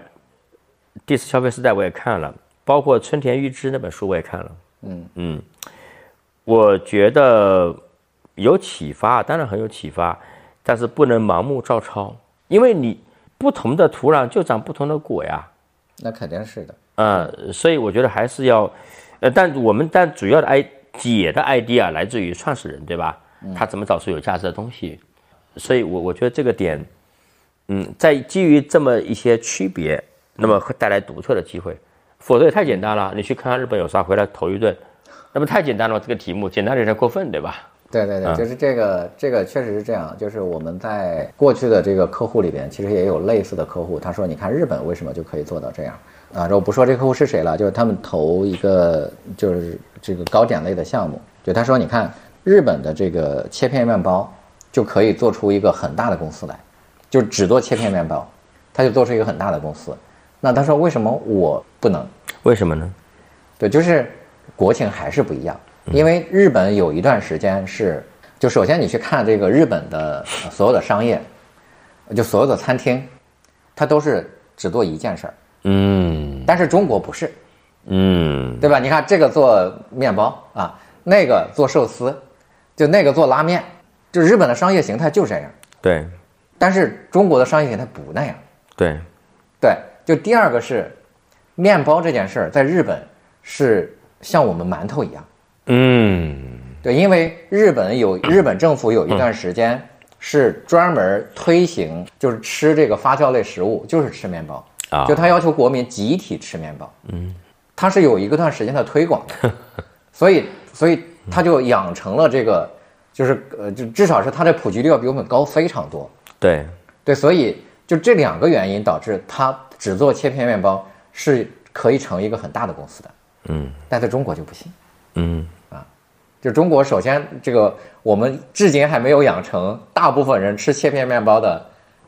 Speaker 1: 第四消费时代》我也看了，包括春田裕之那本书我也看了，
Speaker 2: 嗯
Speaker 1: 嗯，我觉得有启发，当然很有启发，但是不能盲目照抄，因为你不同的土壤就长不同的果呀。
Speaker 2: 那肯定是的，
Speaker 1: 嗯，所以我觉得还是要，呃，但我们但主要的 i 解的 idea 来自于创始人，对吧？他怎么找出有价值的东西？所以我我觉得这个点，嗯，在基于这么一些区别，那么会带来独特的机会。否则也太简单了，你去看看日本有啥，回来投一顿，那不太简单了吗？这个题目简单的有点过分，对吧？
Speaker 2: 对对对，就是这个这个确实是这样，就是我们在过去的这个客户里边，其实也有类似的客户，他说你看日本为什么就可以做到这样啊？我不说这个客户是谁了，就是他们投一个就是这个糕点类的项目，就他说你看日本的这个切片面包就可以做出一个很大的公司来。就只做切片面包，他就做出一个很大的公司。那他说为什么我不能？
Speaker 1: 为什么呢？
Speaker 2: 对，就是国情还是不一样，因为日本有一段时间是，就首先你去看这个日本的呃所有的商业，就所有的餐厅，它都是只做一件事儿，
Speaker 1: 嗯
Speaker 2: 但是中国不是，
Speaker 1: 嗯
Speaker 2: 对吧？你看这个做面包啊，那个做寿司，就那个做拉面，就日本的商业形态就这样，
Speaker 1: 对
Speaker 2: 但是中国的商业形态不那样。
Speaker 1: 对
Speaker 2: 对，就第二个是，面包这件事儿在日本是像我们馒头一样，
Speaker 1: 嗯
Speaker 2: 对，因为日 本有日本政府有一段时
Speaker 1: 嗯
Speaker 2: 间是专门推行，就是吃这个发酵类食物，就是吃面包，
Speaker 1: 啊
Speaker 2: 就他要求国民集体吃面包，嗯，他是有一个段时间的推广 的，所以所以他就养成了这个，就是呃，就至少是它的普及率要比我们高非常多，
Speaker 1: 对
Speaker 2: 对，所以就这两个原因导致它只做切片面包是可以成一个很大的公司的，
Speaker 1: 嗯
Speaker 2: 但在中国就不行。
Speaker 1: 嗯
Speaker 2: 就中国首先这个我们至今还没有养成大部分人吃切片面包的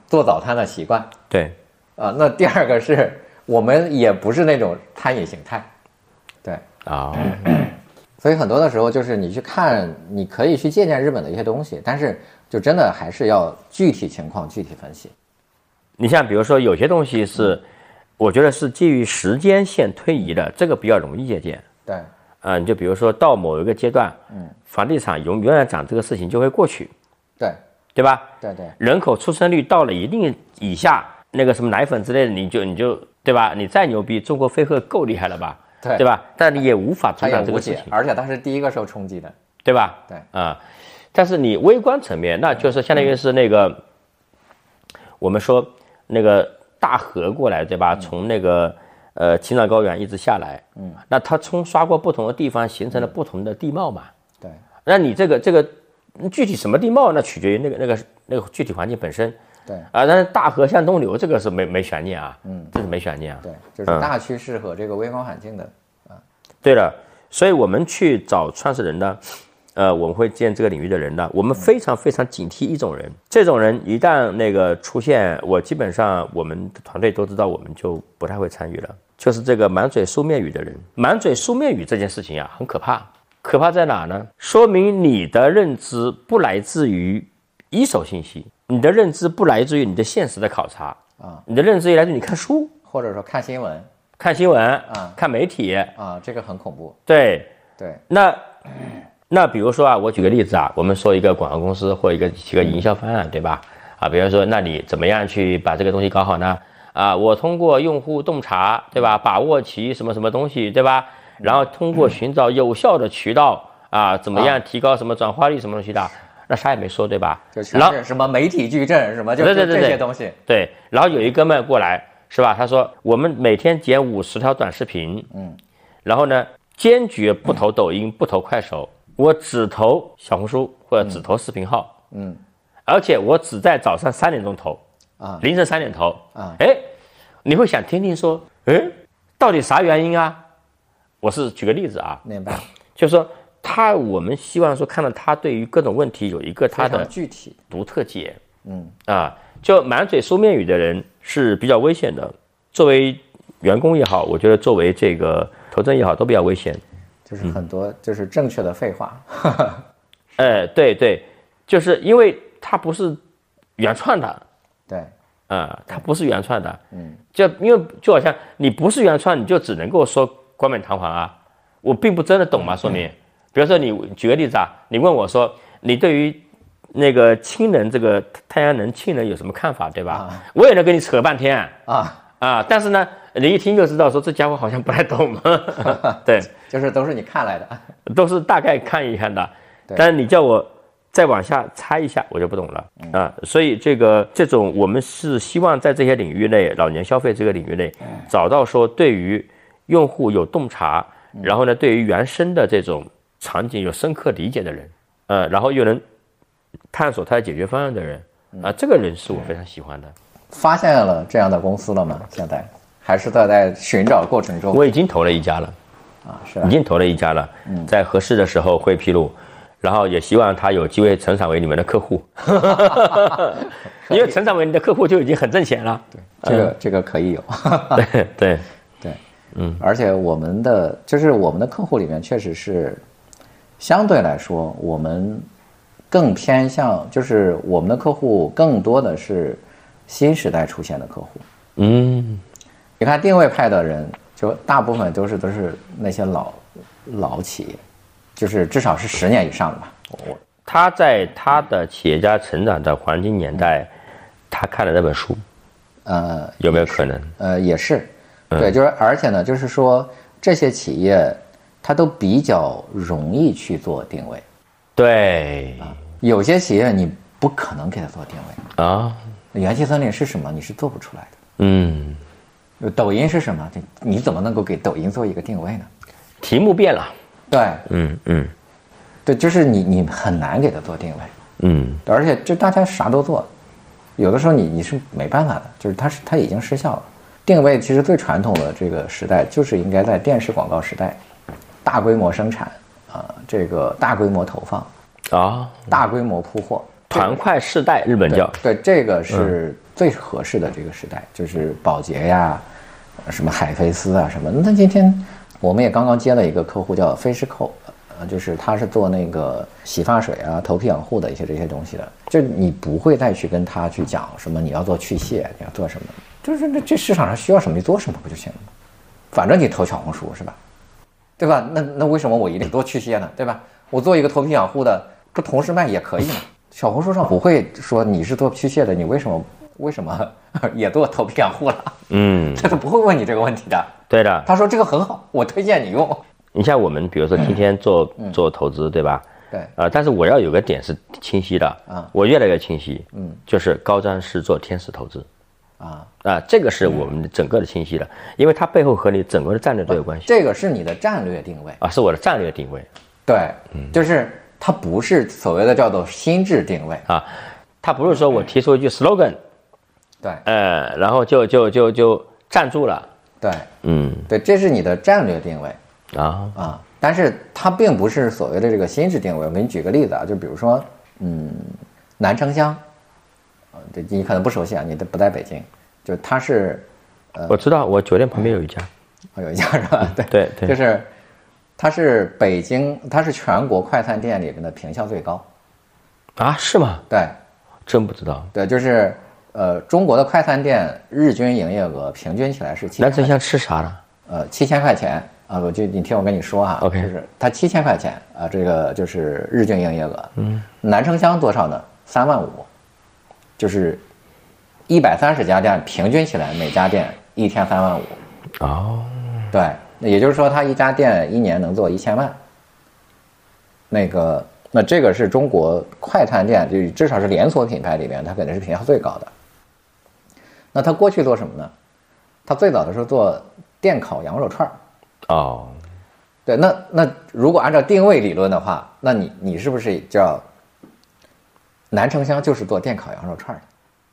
Speaker 2: 做早餐的习惯啊、
Speaker 1: 对
Speaker 2: 那第二个是我们也不是那种餐饮形态，对，
Speaker 1: 啊
Speaker 2: 所以很多的时候就是你去看，你可以去借鉴日本的一些东西，但是就真的还是要具体情况具体分析。
Speaker 1: 你像比如说有些东西是，我觉得是基于时间线推移的，这个比较容易借鉴。
Speaker 2: 对，
Speaker 1: 啊，你就比如说到某一个阶段，嗯，房地产永永远涨这个事情就会过去，
Speaker 2: 对，
Speaker 1: 对吧？
Speaker 2: 对对
Speaker 1: 人口出生率到了一定以下，那个什么奶粉之类的，你就你就对吧？你再牛逼，中国飞鹤够厉害了吧？
Speaker 2: 对
Speaker 1: 对吧？但你也无法阻
Speaker 2: 它也
Speaker 1: 挡这
Speaker 2: 无
Speaker 1: 个事
Speaker 2: 解
Speaker 1: 情，，
Speaker 2: 而且它是第一个受冲击的。
Speaker 1: 对吧？
Speaker 2: 对
Speaker 1: 啊、但是你微观层面，那就是相当于是那
Speaker 2: 嗯
Speaker 1: 个，我们说那个大河过来，对吧？
Speaker 2: 嗯
Speaker 1: 从那个呃青藏高原一直下来，嗯，那它冲刷过不同的地方，形成了不同的地貌嘛。
Speaker 2: 嗯对
Speaker 1: 那你这个这个具体什么地貌，那取决于那个那个那个具体环境本身。
Speaker 2: 对
Speaker 1: 啊，但是大河向东流这个是没没悬念啊，嗯，这是没悬念啊。
Speaker 2: 对，就是大趋势和这个微观环境的。
Speaker 1: 对了，所以我们去找创始人呢，呃，我们会见这个领域的人呢，我们非常非常警惕一种人，这种人一旦那个出现，我基本上我们的团队都知道，我们就不太会参与了。就是这个满嘴书面语的人，满嘴书面语这件事情啊，很可怕。可怕在哪呢？说明你的认知不来自于一手信息，你的认知不来自于你的现实的考察
Speaker 2: 啊，
Speaker 1: 你的认知也来自于你看书、
Speaker 2: 或者说看新闻
Speaker 1: 看新闻、看媒体，
Speaker 2: 啊，这个很恐怖。
Speaker 1: 对，
Speaker 2: 对，
Speaker 1: 那那比如说啊，我举个例子啊，我们说一个广告公司或一个几个营销方案，对吧？啊，比如说，那你怎么样去把这个东西搞好呢？啊，我通过用户洞察，对吧？把握其什么什么东西，对吧？然后通过寻找有效的渠道啊，怎么样提高什么转化率什么东西的，那啥也没说，对吧？
Speaker 2: 就全
Speaker 1: 然后
Speaker 2: 是什么媒体矩阵，什么就
Speaker 1: 对
Speaker 2: 是
Speaker 1: 对对
Speaker 2: 这
Speaker 1: 对
Speaker 2: 些东西。
Speaker 1: 对，然后有一哥们过来是吧？他说我们每天剪五十条短视频，嗯，然后呢，坚决不投抖音，不投快手，我只投小红书或者只投视频号，嗯，而且我只在早上三点钟投，
Speaker 2: 啊，
Speaker 1: 凌晨三点投，
Speaker 2: 啊，
Speaker 1: 哎，你会想听听说，哎，到底啥原因啊？我是举个例子啊，
Speaker 2: 明白，
Speaker 1: 就是说他我们希望说看到他对于各种问题有一个他
Speaker 2: 非
Speaker 1: 的
Speaker 2: 常具体。
Speaker 1: 独特解。嗯啊，就满嘴书面语的人是比较危险的。作为员工也好，我觉得作为这个投资人也好，都比较危险。
Speaker 2: 就是很
Speaker 1: 嗯
Speaker 2: 多就是正确的废话，
Speaker 1: 哎，对对，就是因为它不是原创的，
Speaker 2: 对
Speaker 1: 啊，它不是原创的。嗯，就因为就好像你不是原创，你就只能够说冠冕堂皇啊。我并不真的懂嘛，说明，比如说你举个例子啊，你问我说你对于那个氢能这个太阳能氢能有什么看法，对吧？我也能跟你扯半天啊
Speaker 2: 啊，
Speaker 1: 但是呢，你一听就知道说这家伙好像不太懂嘛，对，
Speaker 2: 就是都是你看来的，
Speaker 1: 都是大概看一看的。但是你叫我再往下猜一下，我就不懂了啊、所以这个这种我们是希望在这些领域内，老年消费这个领域内，找到说对于用户有洞察，然后呢，对于原生的这种场景有深刻理解的人，呃，然后又能探索他的解决方案的人。啊，这个人是我非常喜欢的。
Speaker 2: 发现了这样的公司了吗？现在还是在在寻找过程中
Speaker 1: 我已经投了一家了，
Speaker 2: 啊，是
Speaker 1: 已
Speaker 2: 吧？
Speaker 1: 经投了一家了，在合适的时候会披露。然后也希望他有机会成长为你们的客户， 因为成长为你的客户就已经很挣钱了。
Speaker 2: 这个
Speaker 1: 嗯
Speaker 2: 这个可以有，
Speaker 1: 对 对
Speaker 2: 对，嗯， 而且我们的就是我们的客户里面确实是相对来说，我们更偏向就是我们的客户更多的是新时代出现的客户。
Speaker 1: 嗯，
Speaker 2: 你看定位派的人，就大部分都是都是那些老老企业，就是至少是十年以上的吧。
Speaker 1: 他在他的企业家成长的黄金年代，他看了那本书，
Speaker 2: 呃，
Speaker 1: 有没有可能？
Speaker 2: 呃，也是，对，就是而且呢，就是说这些企业，它都比较容易去做定位，
Speaker 1: 对
Speaker 2: 有些企业你不可能给它做定
Speaker 1: 啊，
Speaker 2: 位，元气森林是什么，你是做不出来
Speaker 1: 嗯，
Speaker 2: 的。抖音是什么？这你怎么能够给抖音做一个定位呢？
Speaker 1: 题目变了，
Speaker 2: 对
Speaker 1: 嗯嗯
Speaker 2: 对，就是你你很难给它做定位，
Speaker 1: 嗯，
Speaker 2: 而且就大家啥都做，有的时候你你是没办法的，就是它是它已经失效了。定位其实最传统的这个时代，就是应该在电视广告时代，大规模生产啊、这个大规模投放，
Speaker 1: 啊，
Speaker 2: 大规模铺货，
Speaker 1: 团块世代，日本叫，
Speaker 2: 对，这个是最合适的这个时代，就是宝洁呀，什么海飞丝啊什么。那今天我们也刚刚接了一个客户叫菲诗蔻，呃，就是他是做那个洗发水啊、头皮养护的一些这些东西的。就你不会再去跟他去讲什么你要做去屑，你要做什么，就是那这市场上需要什么你做什么不就行了吗？反正你投小红书是吧？对吧？那那为什么我一定多去屑呢？对吧？我做一个头皮养护的，不同时卖也可以嘛。小红书上不会说你是做去屑的，你为什么为什么 也做头皮养护了？
Speaker 1: 嗯，
Speaker 2: 他都不会问你这个问题的。
Speaker 1: 对的，
Speaker 2: 他说这个很好，我推荐你用。
Speaker 1: 你像我们，比如说今天做、做投资，对吧？
Speaker 2: 对，
Speaker 1: 啊，但是我要有个点是清晰的
Speaker 2: 啊，
Speaker 1: 我越来越清晰，
Speaker 2: 嗯，
Speaker 1: 就是高瞻是做天使投资
Speaker 2: 啊，
Speaker 1: 啊，这个是我们整个的清晰的，因为它背后和你整个的战略都有关系
Speaker 2: 这个是你的战略定位。
Speaker 1: 啊，是我的战略定位
Speaker 2: 对，
Speaker 1: 嗯
Speaker 2: 就是它不是所谓的叫做心智定位。
Speaker 1: 啊，它不是说我提出一句 slogan，
Speaker 2: 对
Speaker 1: 呃，然后就就就就站住了，
Speaker 2: 对
Speaker 1: 嗯
Speaker 2: 对，这是你的战略定位。
Speaker 1: 啊，
Speaker 2: 啊，但是它并不是所谓的这个心智定位。我给你举个例子啊，就比如说，嗯，南城乡，呃，这你可能不熟悉啊，你都不在北京，就它是呃
Speaker 1: 我知道，我酒店旁边有一家，
Speaker 2: 哦有一家是吧？对
Speaker 1: 嗯对对
Speaker 2: 就是它是北京，它是全国快餐店里面的评效最高。
Speaker 1: 啊，是吗？
Speaker 2: 对
Speaker 1: 真不知道，
Speaker 2: 对，就是呃，中国的快餐店日均营业额平均起来是七
Speaker 1: 南城乡吃啥了？
Speaker 2: 呃，七千块钱啊，我就你听我跟你说哈
Speaker 1: OK
Speaker 2: 就是它七千块钱啊，这个就是日均营业额。嗯，南城乡多少呢？三万五，就是一百三十家店，平均起来每家店一天三万五。
Speaker 1: 哦，
Speaker 2: 对，那也就是说，他一家店一年能做一千万。那个，那这个是中国快餐店，就是至少是连锁品牌里面，它肯定是评价最高的。那他过去做什么呢？他最早的时候做电烤羊肉串儿。
Speaker 1: 哦，
Speaker 2: 对，那那如果按照定位理论的话，那你你是不是叫南城乡就是做电烤羊肉串儿的？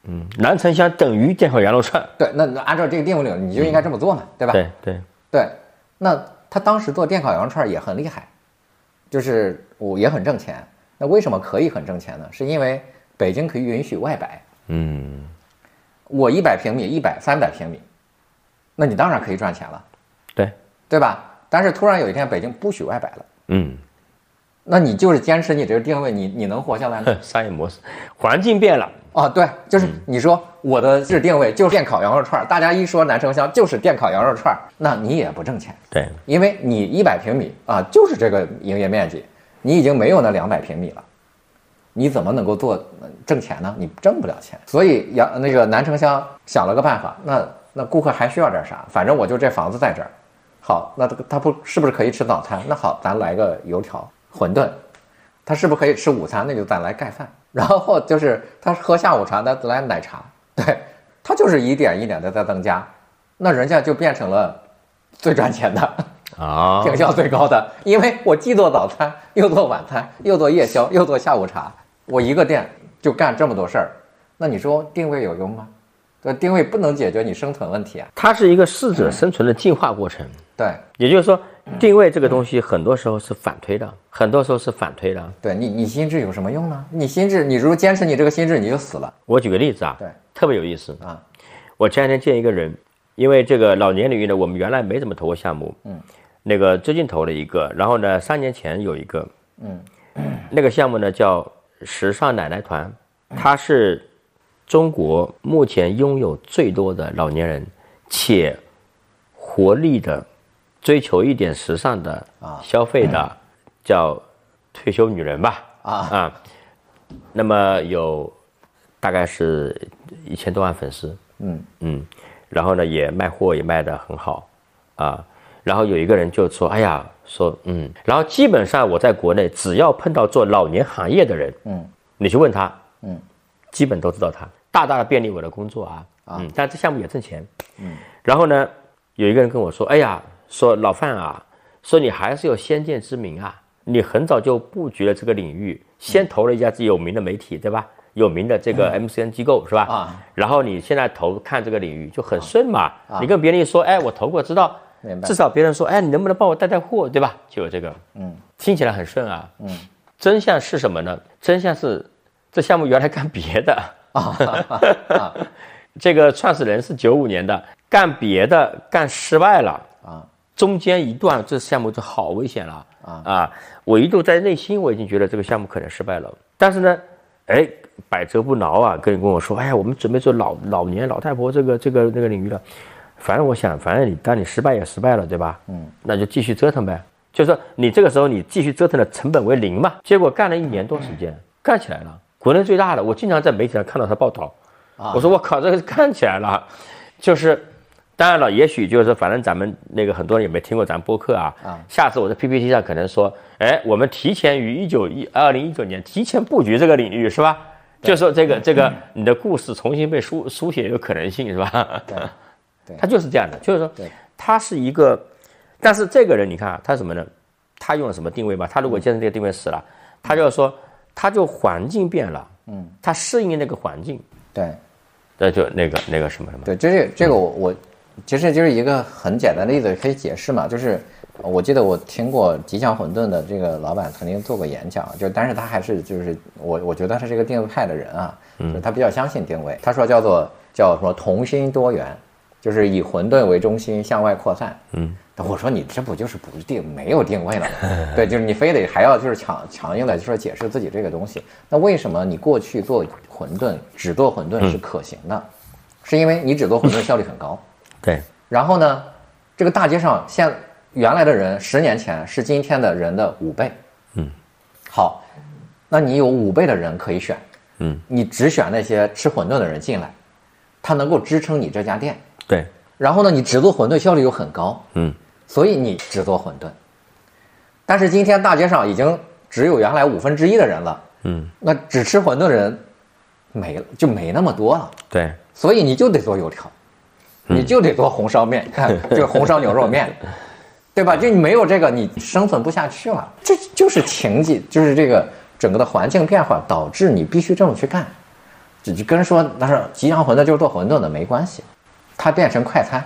Speaker 1: 嗯，南城乡等于电烤羊肉串，
Speaker 2: 对，那那按照这个定位理论，你就应该这么做嘛，对吧？
Speaker 1: 对嗯对，
Speaker 2: 对，那他当时做电烤羊肉串儿也很厉害，就是我也很挣钱。那为什么可以很挣钱呢？是因为北京可以允许外摆，
Speaker 1: 嗯。
Speaker 2: 我一百平米、一百、三百平米，那你当然可以赚钱了，
Speaker 1: 对，
Speaker 2: 对吧？但是突然有一天北京不许外摆了，
Speaker 1: 嗯，
Speaker 2: 那你就是坚持你这个定位，你你能活下来吗？
Speaker 1: 商业模式，环境变了，
Speaker 2: 哦，对，就是你说我的制定位就是电烤羊肉串儿，大家一说南城乡就是电烤羊肉串儿，那你也不挣钱，
Speaker 1: 对，
Speaker 2: 因为你一百平米啊，就是这个营业面积，你已经没有那两百平米了，你怎么能够做呃挣钱呢？你挣不了钱。所以杨那个南城乡想了个办法，那那顾客还需要点啥？反正我就这房子在这儿，好，那他他不是不是可以吃早餐？那好，咱来个油条、馄饨，他是不是可以吃午餐？那就咱来盖饭。然后就是他喝下午茶，咱来奶茶。对，他就是一点一点的在增加，那人家就变成了最赚钱的。
Speaker 1: 啊
Speaker 2: 评效最高的，因为我既做早餐，又做晚餐，又做夜宵，又做下午茶，我一个店就干这么多事儿，那你说定位有用吗？对，定位不能解决你生存问题啊。
Speaker 1: 它是一个适者生存的进化过程，
Speaker 2: 对
Speaker 1: 也就是说，定位这个东西很多时候是反推的，很多时候是反推的。
Speaker 2: 对你，你心智有什么用呢？你心智，你如果坚持你这个心智，你就死了。
Speaker 1: 我举个例子啊，
Speaker 2: 对，
Speaker 1: 特别有意思
Speaker 2: 啊。
Speaker 1: 我前两天见一个人，因为这个老年领域呢，我们原来没怎么投过项目，嗯，那个最近投了一个，然后呢，三年前有一个，嗯，那个项目呢叫时尚奶奶团，它是中国目前拥有最多的老年人且活力的、追求一点时尚的、
Speaker 2: 啊
Speaker 1: 消费的，叫退休女人吧
Speaker 2: 嗯啊
Speaker 1: 啊，那么有大概是一千多万粉丝，
Speaker 2: 嗯
Speaker 1: 嗯，然后呢也卖货也卖得很好，啊，然后有一个人就说，哎呀，说嗯，然后基本上我在国内只要碰到做老年行业的人，
Speaker 2: 嗯，
Speaker 1: 你去问他，
Speaker 2: 嗯，
Speaker 1: 基本都知道他，大大的便利我的工作啊，嗯，但这项目也挣钱，嗯，然后呢，有一个人跟我说，哎呀，说老范啊，说你还是有先见之明啊，你很早就布局了这个领域，先投了一家自己有名的媒体，对吧？有名的这个 MCN 机构是吧？
Speaker 2: 嗯啊，
Speaker 1: 然后你现在投看这个领域就很顺嘛，你跟别人一说，哎，我投过，知道
Speaker 2: 明，白
Speaker 1: 至少别人说，哎，你能不能帮我带带货，对吧？就有这个，
Speaker 2: 嗯，
Speaker 1: 听起来很顺啊，嗯，真相是什么呢？真相是这项目原来干别的，
Speaker 2: 啊
Speaker 1: 这个创始人是九五年的，干别的干失败了
Speaker 2: 啊，
Speaker 1: 中间一段这项目就好危险了啊我一度在内心我已经觉得这个项目可能失败了，但是呢，哎，百折不挠啊，跟你跟我说，哎呀，我们准备做老老年老太婆这个这个那个领域了，反正我想，反正你当你失败也失败了，对吧？嗯，那就继续折腾呗。就是说你这个时候你继续折腾的成本为零嘛。结果干了一年多时间，干起来了，国内最大的，我经常在媒体上看到他报道。我说我靠，这个干起来了，就是，当然了，也许就是说反正咱们那个很多人也没听过咱播客啊，下次我在 PPT 上可能说，哎，我们提前于一九一二零一九年提前布局这个领域是吧？就说
Speaker 2: 嗯
Speaker 1: 这个这个你的故事重新被书书写有可能性是吧？
Speaker 2: 对，对
Speaker 1: 他就是这样的，就是说
Speaker 2: 对，
Speaker 1: 他是一个，但是这个人你看啊，他什么呢？他用了什么定位吧？他
Speaker 2: 嗯
Speaker 1: 如果坚持这个定位死了，他就说他就环境变了，嗯，他适应那个环境，
Speaker 2: 对
Speaker 1: 那就那个那个什么什么。
Speaker 2: 对，这是这个我我其实就是一个很简单的例子可以解释嘛，就是我记得我听过吉祥混沌的这个老板曾经做过演讲，就但是他还是就是我我觉得他是一个定位派的人啊，就是他比较相信定位，他说叫做叫什么同心多元，就是以混沌为中心向外扩散，嗯。我说你这不就是不定没有定位了吗？ 对，就是你非得还要就是强强硬的就说解释自己这个东西，那为什么你过去做混沌只做混沌是可行的？是因为你只做混沌效率 很高。
Speaker 1: 对
Speaker 2: 然后呢，这个大街上现原来的人十年前是今天的人的五倍。
Speaker 1: 嗯，
Speaker 2: 好，那你有五倍的人可以选。
Speaker 1: 嗯，
Speaker 2: 你只选那些吃混沌的人进来，他能够支撑你这家店。
Speaker 1: 对，
Speaker 2: 然后呢，你只做混沌效率又很高，
Speaker 1: 嗯，
Speaker 2: 所以你只做混沌。但是今天大街上已经只有原来五分之一的人了，
Speaker 1: 嗯，
Speaker 2: 那只吃混沌的人没了，就没那么多了。
Speaker 1: 对
Speaker 2: 所以你就得做油条，你就得做红烧面，看就是红烧牛肉面，对吧？就你没有这个，你生存不下去了。这就是情景，就是这个整个的环境变化导致你必须这么去干。就就跟说，但是吉祥馄饨就是做馄饨的没关系，它变成快餐，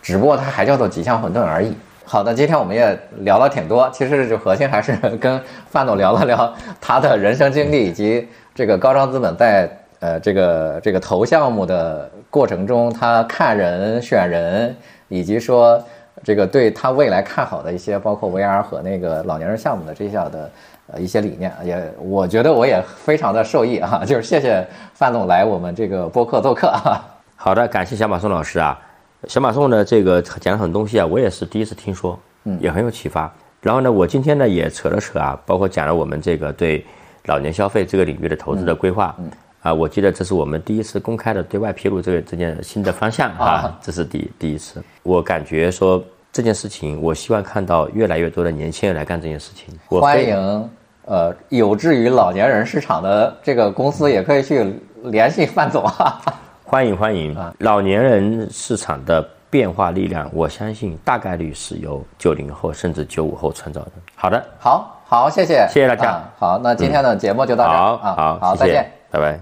Speaker 2: 只不过它还叫做吉祥馄饨而已。好的，今天我们也聊了挺多，其实就核心还是 跟范总聊了聊他的人生经历以及这个高张资本在呃这个这个投项目的过程中，他看人选人，以及说这个对他未来看好的一些，包括 VR 和那个老年人项目的这些的呃一些理念，也我觉得我也非常的受益啊，就是谢谢范总来我们这个播客做客啊。
Speaker 1: 好的，感谢小马宋老师啊。小马宋呢，这个讲了很多东西啊，我也是第一次听说，嗯，也很有启发。然后呢，我今天呢也扯了扯啊，包括讲了我们这个对老年消费这个领域的投资的规划，嗯，啊，我记得这是我们第一次公开的对外披露这个这件新的方向啊
Speaker 2: 啊，
Speaker 1: 这是第第一次。我感觉说这件事情，我希望看到越来越多的年轻人来干这件事情。我非
Speaker 2: 欢迎，呃，有志于老年人市场的这个公司也可以去联系范总啊。
Speaker 1: 欢迎欢迎老年人市场的变化力量，我相信大概率是由九零后甚至九五后创造的。好的，
Speaker 2: 好好，谢谢，
Speaker 1: 谢谢大家
Speaker 2: 啊好，那今天的节目就到这儿、
Speaker 1: 好
Speaker 2: 啊，
Speaker 1: 好，
Speaker 2: 好，
Speaker 1: 谢
Speaker 2: 再
Speaker 1: 谢
Speaker 2: 见。，
Speaker 1: 拜拜。